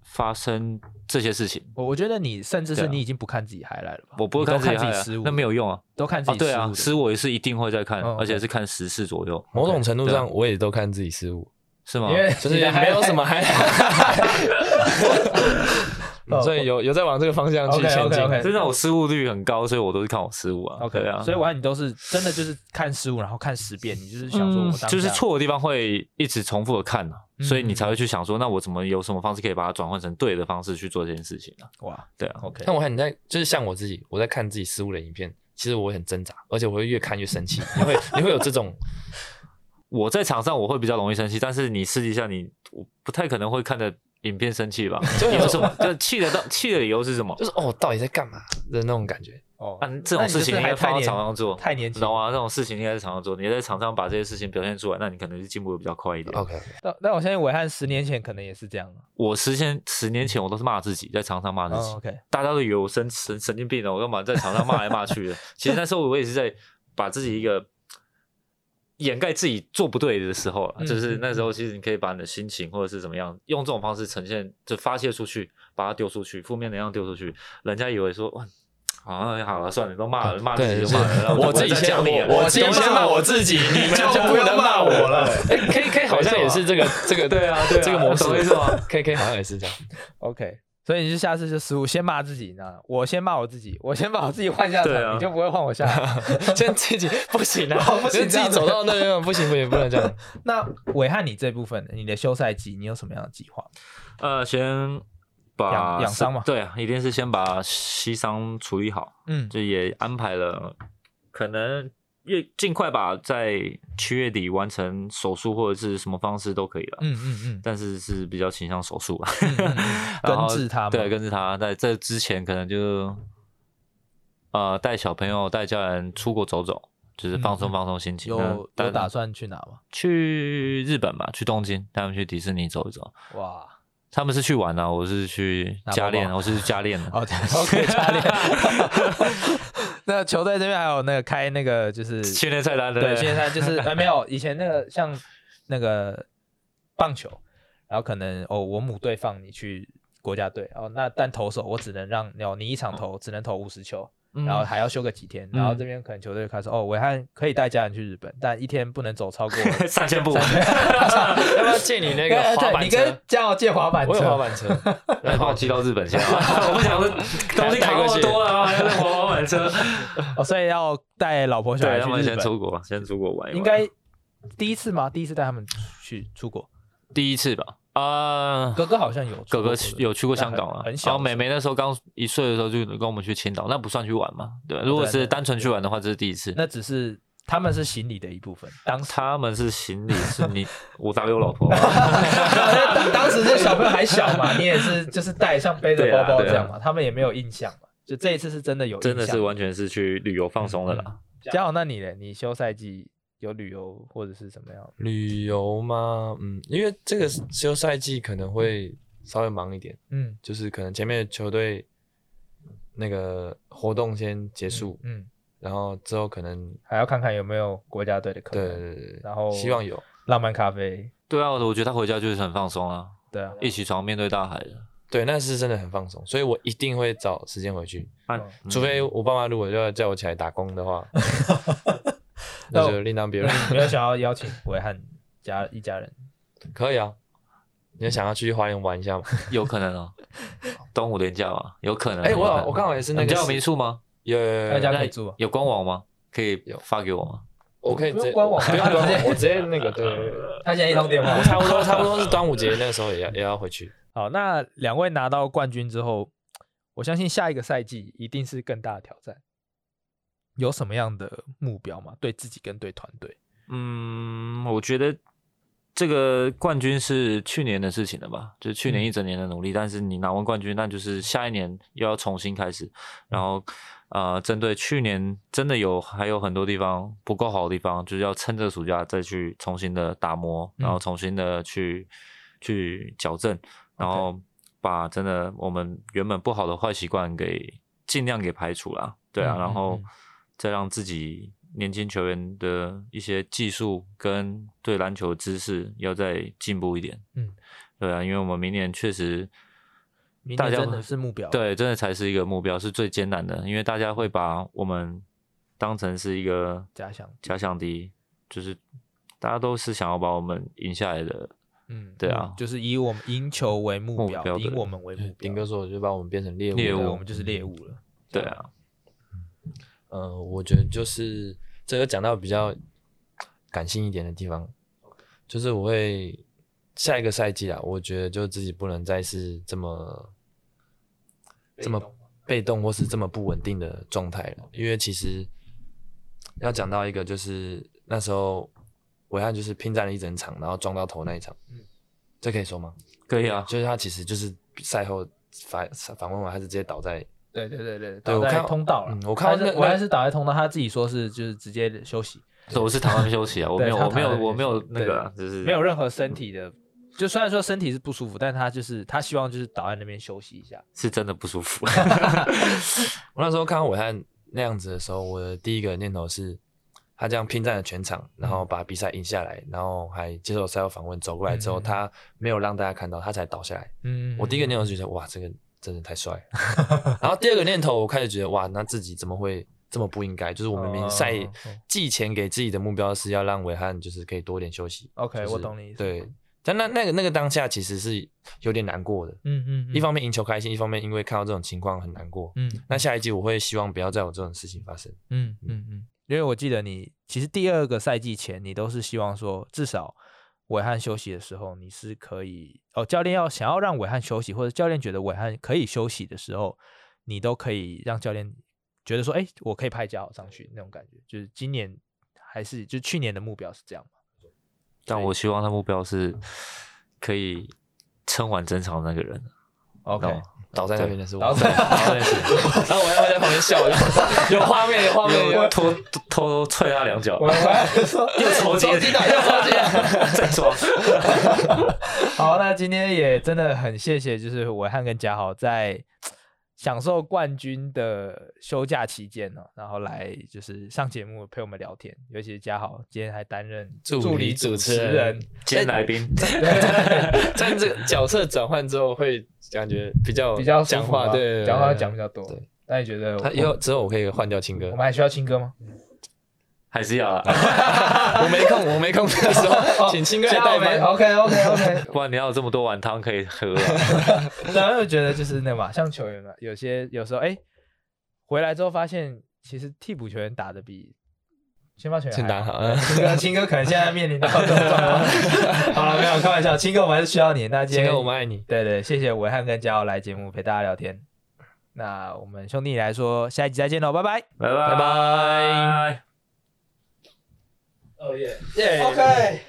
[SPEAKER 3] 发生这些事情。
[SPEAKER 2] 我我觉得你甚至
[SPEAKER 3] 对
[SPEAKER 2] 是
[SPEAKER 3] 啊
[SPEAKER 2] 你已经不看自己 highlight 了吧？
[SPEAKER 3] 我不会
[SPEAKER 2] 你都
[SPEAKER 3] 看自己
[SPEAKER 2] 看自
[SPEAKER 3] highlight 啊
[SPEAKER 2] 失误，
[SPEAKER 3] 那没有用啊，
[SPEAKER 2] 都看自
[SPEAKER 3] 啊，
[SPEAKER 2] 己
[SPEAKER 3] 对啊，
[SPEAKER 2] 失
[SPEAKER 3] 失
[SPEAKER 2] 误的。
[SPEAKER 3] 误也是一定会在看，
[SPEAKER 2] 哦，OK
[SPEAKER 3] 而且是看十次左右，
[SPEAKER 4] 某种程度
[SPEAKER 3] 对啊
[SPEAKER 4] 上，我也都看自己失误，
[SPEAKER 3] 是吗
[SPEAKER 2] 因？为
[SPEAKER 4] 就是没有什么还， 嗯
[SPEAKER 2] 哦
[SPEAKER 4] 所以有有在往这个方向去前
[SPEAKER 2] OK，OK，OK
[SPEAKER 4] 进。
[SPEAKER 3] 真的我失误率很高，所以我都是看我失误啊。
[SPEAKER 2] OK
[SPEAKER 3] 对啊，
[SPEAKER 2] 所以我看你都是真的就是看失误，然后看十遍，你就是想说我
[SPEAKER 3] 嗯
[SPEAKER 2] 当下
[SPEAKER 3] 就是错的地方会一直重复的看啊
[SPEAKER 2] 嗯
[SPEAKER 3] 所以你才会去想说，那我怎么有什么方式可以把它转换成对的方式去做这件事情呢、啊？
[SPEAKER 2] 哇
[SPEAKER 3] 对啊，
[SPEAKER 2] OK，
[SPEAKER 4] 但我看你在，就是像我自己，我在看自己失误的影片，其实我会很挣扎，而且我会越看越生气。你会你会有这种
[SPEAKER 3] 我在场上我会比较容易生气，但是你私底下你我不太可能会看着影片生 气吧？
[SPEAKER 4] 就
[SPEAKER 3] 有什么？就气的到气的理由是什么？
[SPEAKER 4] 就是哦，到底在干嘛的那种感觉。
[SPEAKER 2] 哦
[SPEAKER 3] 啊，这种事情应该放到场上做，
[SPEAKER 2] 太年
[SPEAKER 3] 你
[SPEAKER 2] 轻
[SPEAKER 3] 懂吗？这种事情应该在场上做，你在场上把这些事情表现出来，那你可能是进步的比较快一点。
[SPEAKER 2] 哦
[SPEAKER 4] OK，
[SPEAKER 2] 但但我相信伟汉十年前可能也是这样。啊
[SPEAKER 3] 我实现十年前我都是骂自己，在场上骂自己，
[SPEAKER 2] 哦 OK，
[SPEAKER 3] 大家都以为我神神神经病了，我干嘛在场上骂来骂去的？ 其实那时候我也是在把自己一个掩盖自己做不对的时候了，
[SPEAKER 2] 嗯
[SPEAKER 3] 就是那时候其实你可以把你的心情或者是怎么样，用这种方式呈现，就发泄出去，把它丢出去，负面能量丢出去，人家以为说哇。好像好了，算了，都骂了，骂自己
[SPEAKER 4] 对
[SPEAKER 3] 就骂了，然后就不会再讲你了
[SPEAKER 4] 我自己先骂我自己，你们就不能骂我了。哎，K K 好像也是这个这 个
[SPEAKER 3] 对啊对啊
[SPEAKER 4] 这个模式
[SPEAKER 3] 懂意思 吗
[SPEAKER 4] ？K K 好像也是这 样。
[SPEAKER 2] OK，所以你就下次就失误，先骂自己，你知道吗？我先骂我自己，我先把我自己换下场，
[SPEAKER 3] 对啊
[SPEAKER 2] 你就不会换我下 场。
[SPEAKER 4] 先自己不行
[SPEAKER 2] 哦
[SPEAKER 4] 啊，
[SPEAKER 2] 不行
[SPEAKER 4] 就自己走到那边不行不行，不能这样。
[SPEAKER 2] 那伟汉，你这部分你的休赛季，你有什么样的计划？
[SPEAKER 3] 呃，先把
[SPEAKER 2] 养养伤嘛
[SPEAKER 3] 对啊，一定是先把膝伤处理好，
[SPEAKER 2] 嗯
[SPEAKER 3] 就也安排了，可能越尽快吧，在七月底完成手术或者是什么方式都可以了。
[SPEAKER 2] 嗯 嗯
[SPEAKER 3] 但是是比较倾向手术啊，
[SPEAKER 2] 嗯嗯嗯
[SPEAKER 3] 然后
[SPEAKER 2] 根治它嘛
[SPEAKER 3] 对，根治它。在这之前，可能就呃带小朋友、带家人出国走走，就是放松
[SPEAKER 2] 嗯嗯
[SPEAKER 3] 放松心情。那
[SPEAKER 2] 有有
[SPEAKER 3] 但
[SPEAKER 2] 打算去哪吗？
[SPEAKER 3] 去日本吧，去东京，带他们去迪士尼走一走。
[SPEAKER 2] 哇，
[SPEAKER 3] 他们是去玩啊，我是去
[SPEAKER 2] 拿包
[SPEAKER 3] 加练，
[SPEAKER 2] 包
[SPEAKER 3] 我是去加练的。
[SPEAKER 2] 哦对 ，OK，教练。 那球队这边还有那个开那个就是
[SPEAKER 3] 训练菜单的
[SPEAKER 2] 对，现在就是呃没有以前那个像那个棒球，然后可能哦我母队放你去国家队哦，那但投手我只能让哦你一场投只能投五十球，
[SPEAKER 3] 嗯
[SPEAKER 2] 然后还要休个几天，然后这边可能球队就开始哦伟汉可以带家人去日本，但一天不能走 超过
[SPEAKER 3] 三千步，
[SPEAKER 4] 要不要借你那
[SPEAKER 2] 那
[SPEAKER 4] 个滑
[SPEAKER 2] 对
[SPEAKER 4] 板
[SPEAKER 2] 你
[SPEAKER 4] 车
[SPEAKER 2] 跟？嘉豪借滑板
[SPEAKER 4] 我有滑
[SPEAKER 2] 车，
[SPEAKER 4] 板车，
[SPEAKER 3] 来帮我寄到日本去啊。我不想东西扛那么多了，还是滑板车。
[SPEAKER 2] 哦所以要带老婆小孩
[SPEAKER 3] 对，他
[SPEAKER 2] 去
[SPEAKER 3] 们
[SPEAKER 2] 日
[SPEAKER 3] 先
[SPEAKER 2] 本，
[SPEAKER 3] 出国，先出国玩一玩。
[SPEAKER 2] 应该第一次吗？第一次带他们去出国，
[SPEAKER 3] 第一次吧？啊，
[SPEAKER 2] 哥哥好像有出
[SPEAKER 3] 哥
[SPEAKER 2] 过
[SPEAKER 3] 哥
[SPEAKER 2] 国
[SPEAKER 3] 去
[SPEAKER 2] 的
[SPEAKER 3] 有去过香港啊
[SPEAKER 2] 但很很，
[SPEAKER 3] 然
[SPEAKER 2] 小
[SPEAKER 3] 后
[SPEAKER 2] 的时
[SPEAKER 3] 妹
[SPEAKER 2] 候
[SPEAKER 3] 妹那时候刚一岁的时候就跟我们去青岛，那不算去玩嘛？对，如果
[SPEAKER 2] 对
[SPEAKER 3] 是
[SPEAKER 2] 对
[SPEAKER 3] 单纯去玩的话，这是第一次。
[SPEAKER 2] 那只是他们是行李的一部分。当时
[SPEAKER 3] 他们是行李，是你我打给我老婆。
[SPEAKER 2] 当 当时这小朋友还小嘛，你也是就是带上背着包包这样嘛，他们也没有印象嘛。就这一次是真的有印象，
[SPEAKER 3] 啊真的是完全是去旅游放松的啦。
[SPEAKER 2] 嘉豪，那你呢？你休赛季有旅游或者是怎么样？
[SPEAKER 4] 旅游吗？嗯，因为这个休赛季可能会稍微忙一点，
[SPEAKER 2] 嗯
[SPEAKER 4] 就是可能前面的球队那个活动先结束，
[SPEAKER 2] 嗯，
[SPEAKER 4] 然后之后可能
[SPEAKER 2] 还要看看有没有国家队的可
[SPEAKER 4] 对
[SPEAKER 2] 能。
[SPEAKER 4] 对对对，
[SPEAKER 2] 然后
[SPEAKER 4] 希望有，
[SPEAKER 2] 浪漫咖啡，
[SPEAKER 3] 对啊，我觉得他回家就是很放松啊，
[SPEAKER 2] 对啊，
[SPEAKER 3] 一起床面对大海的。
[SPEAKER 4] 对，那是真的很放松，所以我一定会找时间回去，
[SPEAKER 3] 啊
[SPEAKER 2] 哦
[SPEAKER 3] 嗯
[SPEAKER 4] 除非我爸妈如果要叫我起来打工 的话，
[SPEAKER 2] 那
[SPEAKER 4] 那
[SPEAKER 2] 我
[SPEAKER 4] 就另当别 论。
[SPEAKER 2] 没有想要邀请维汉家一家人，
[SPEAKER 4] 可以啊，你有想要去花莲玩一下吗？
[SPEAKER 3] 有可能哦，端午连假嘛，有可能。
[SPEAKER 4] 哎，
[SPEAKER 3] 有
[SPEAKER 4] 我
[SPEAKER 3] 可能
[SPEAKER 4] 有我刚好也是那
[SPEAKER 3] 你
[SPEAKER 4] 个
[SPEAKER 3] 家有民宿吗？
[SPEAKER 4] 有有有有
[SPEAKER 2] 大家可以
[SPEAKER 3] 那
[SPEAKER 2] 住啊，
[SPEAKER 3] 有官网吗？可以
[SPEAKER 4] 有
[SPEAKER 3] 发给我吗？
[SPEAKER 4] 我可以直
[SPEAKER 2] 不
[SPEAKER 4] 接
[SPEAKER 2] 用官网
[SPEAKER 4] 不用官
[SPEAKER 2] 直
[SPEAKER 4] 网，
[SPEAKER 2] 接
[SPEAKER 4] 我直接那个对，对对
[SPEAKER 2] 他现在一通电话
[SPEAKER 4] 我。 差不多差不多是端午节那个时候也要也要回去。
[SPEAKER 2] 好，那两位拿到冠军之后，我相信下一个赛季一定是更大的挑战。有什么样的目标吗？对自己跟对团队？
[SPEAKER 3] 嗯，我觉得这个冠军是去年的事情了吧，就是去年
[SPEAKER 2] 嗯
[SPEAKER 3] 一整年的努力。但是你拿完冠军，那就是下一年又要重新开始。
[SPEAKER 2] 嗯
[SPEAKER 3] 然后，呃，针对去年真的有还有很多地方不够好的地方，就是要趁这个暑假再去重新的打磨，然后
[SPEAKER 2] 嗯
[SPEAKER 3] 重新的去、去矫正，然后把真的我们原本不好的坏习惯给尽量给排除啦。对啊，
[SPEAKER 2] 嗯嗯
[SPEAKER 3] 然后
[SPEAKER 2] 嗯
[SPEAKER 3] 再让自己年轻球员的一些技术跟对篮球的知识要再进步一点。
[SPEAKER 2] 嗯，
[SPEAKER 3] 对啊，因为我们明年确实
[SPEAKER 2] 明
[SPEAKER 3] 大
[SPEAKER 2] 年
[SPEAKER 3] 家
[SPEAKER 2] 真
[SPEAKER 3] 会
[SPEAKER 2] 的是目标。，
[SPEAKER 3] 对，真的才是一个目标，是最艰难的，因为大家会把我们当成是一个
[SPEAKER 2] 假想
[SPEAKER 3] 假想敌，就是大家都是想要把我们赢下来的。
[SPEAKER 2] 嗯，
[SPEAKER 3] 对啊
[SPEAKER 2] 嗯就是以我们赢球为目
[SPEAKER 3] 目
[SPEAKER 2] 标，
[SPEAKER 3] 标
[SPEAKER 2] 赢
[SPEAKER 3] 对
[SPEAKER 2] 我们为目标
[SPEAKER 4] 斌。哥说，就把我们变成猎物。
[SPEAKER 3] 猎
[SPEAKER 2] 对
[SPEAKER 3] 物
[SPEAKER 2] 我们就是嗯啊猎物了。
[SPEAKER 3] 对啊，
[SPEAKER 4] 呃，我觉得就是这个讲到比较感性一点的地方，就是我会下一个赛季啊，我觉得就自己不能再是这么这么被动或是这么不稳定的状态了，因为其实要讲到一个就是那时候伟汉就是拼战了一整场，然后撞到头那一场，
[SPEAKER 2] 嗯
[SPEAKER 4] 这可以说吗？
[SPEAKER 3] 可以啊，
[SPEAKER 4] 就是他其实就是赛后反反问完，他是直接倒在
[SPEAKER 2] 对对对对，
[SPEAKER 4] 对
[SPEAKER 2] 倒
[SPEAKER 4] 我
[SPEAKER 2] 在
[SPEAKER 4] 看
[SPEAKER 2] 通道了
[SPEAKER 4] 嗯。我看到
[SPEAKER 2] 他是
[SPEAKER 4] 那
[SPEAKER 2] 我还
[SPEAKER 4] 那
[SPEAKER 2] 是倒在通道，他自己说是就是直接休息，
[SPEAKER 3] 我是躺那休息 啊，我
[SPEAKER 2] 对
[SPEAKER 3] 没有，
[SPEAKER 2] 他
[SPEAKER 3] 我没有，
[SPEAKER 2] 躺在那
[SPEAKER 3] 我没有
[SPEAKER 2] 休息
[SPEAKER 3] 那个啊，就是
[SPEAKER 2] 没有任何身体的。就虽然说身体是不舒服，但他就是他希望就是倒在那边休息一下。
[SPEAKER 3] 是真的不 舒服。
[SPEAKER 4] 我那时候看到伟汉那样子的时候，我的第一个念头是，他这样拼占了全场，
[SPEAKER 2] 嗯
[SPEAKER 4] 然后把比赛赢下来，然后还接受赛后访问，走过来之后，
[SPEAKER 2] 嗯
[SPEAKER 4] 他没有让大家看到，他才倒下来。
[SPEAKER 2] 嗯
[SPEAKER 4] 我第一个念头就觉得，哇，这个真的太帅了。 然后第二个念头，我开始觉得，哇，那自己怎么会这么不应该？就是我明明赛
[SPEAKER 2] 哦哦
[SPEAKER 4] 季前给自己的目标是要让伟汉就是可以多点休息。
[SPEAKER 2] OK，
[SPEAKER 4] 就是
[SPEAKER 2] 我懂你意思
[SPEAKER 4] 对，但那那个那个当下其实是有点难过的，
[SPEAKER 2] 嗯嗯，嗯
[SPEAKER 4] 一方面赢球开心，一方面因为看到这种情况很难过。
[SPEAKER 2] 嗯
[SPEAKER 4] 那下一季我会希望不要再有这种事情发生。
[SPEAKER 2] 嗯嗯嗯，因为我记得你其实第二个赛季前，你都是希望说至少伟汉休息的时候，你是可以哦，教练要想要让伟汉休息，或者教练觉得伟汉可以休息的时候，你都可以让教练觉得说，哎，我可以派佳豪上去那种感觉。就是今年还是就去年的目标是这样嘛？
[SPEAKER 3] 但我希望他目标是可以撑完整场的那个人。
[SPEAKER 2] OK
[SPEAKER 3] 懂吗
[SPEAKER 4] 倒在那边的是我，
[SPEAKER 2] 倒 在
[SPEAKER 4] 那是我，然后我要在旁边笑， 有画面，有画面，有
[SPEAKER 3] 又偷偷偷踹他两脚， 又抽筋，又抽筋，再说，
[SPEAKER 2] 好，那今天也真的很谢谢，就是伟汉跟嘉豪在享受冠军的休假期间呢、然后来就是上节目陪我们聊天，尤其是嘉豪今天还担任
[SPEAKER 4] 助
[SPEAKER 2] 理
[SPEAKER 4] 理
[SPEAKER 2] 主
[SPEAKER 4] 主
[SPEAKER 2] 持
[SPEAKER 4] 持
[SPEAKER 2] 人
[SPEAKER 4] 人，
[SPEAKER 3] 接来宾，
[SPEAKER 4] 在这个角色转换之后，会感觉比较
[SPEAKER 2] 比较舒
[SPEAKER 4] 讲
[SPEAKER 2] 服
[SPEAKER 4] 话，
[SPEAKER 2] 吗
[SPEAKER 4] 对，对
[SPEAKER 2] 讲话讲比。较多
[SPEAKER 4] 对。
[SPEAKER 2] 那你觉得
[SPEAKER 4] 对他以
[SPEAKER 2] 我
[SPEAKER 4] 后之后我可以换掉青哥
[SPEAKER 2] 我，们还需要亲哥吗？
[SPEAKER 3] 还是要啊，
[SPEAKER 4] 我没空，我没空的时
[SPEAKER 2] 哦
[SPEAKER 4] 候，哦请青哥来代班。
[SPEAKER 2] OK OK OK。
[SPEAKER 3] 不然你要有这么多碗汤可以喝啊。
[SPEAKER 2] 然后又觉得就是那嘛，像球员嘛，有些有时候哎、回来之后发现其实替补球员打的比先发球员
[SPEAKER 4] 先
[SPEAKER 2] 还
[SPEAKER 4] 打好，嗯
[SPEAKER 2] 青哥，啊青哥可能现在面临到这种状 况。好了，没有开玩笑，青哥我们还是需要你。那今
[SPEAKER 4] 青
[SPEAKER 2] 天
[SPEAKER 4] 哥我们爱你，
[SPEAKER 2] 对对，谢谢维汉跟嘉豪来节目陪大家聊天。那我们兄弟来说，下一集再见喽，拜拜。
[SPEAKER 3] 拜拜拜。
[SPEAKER 2] OK。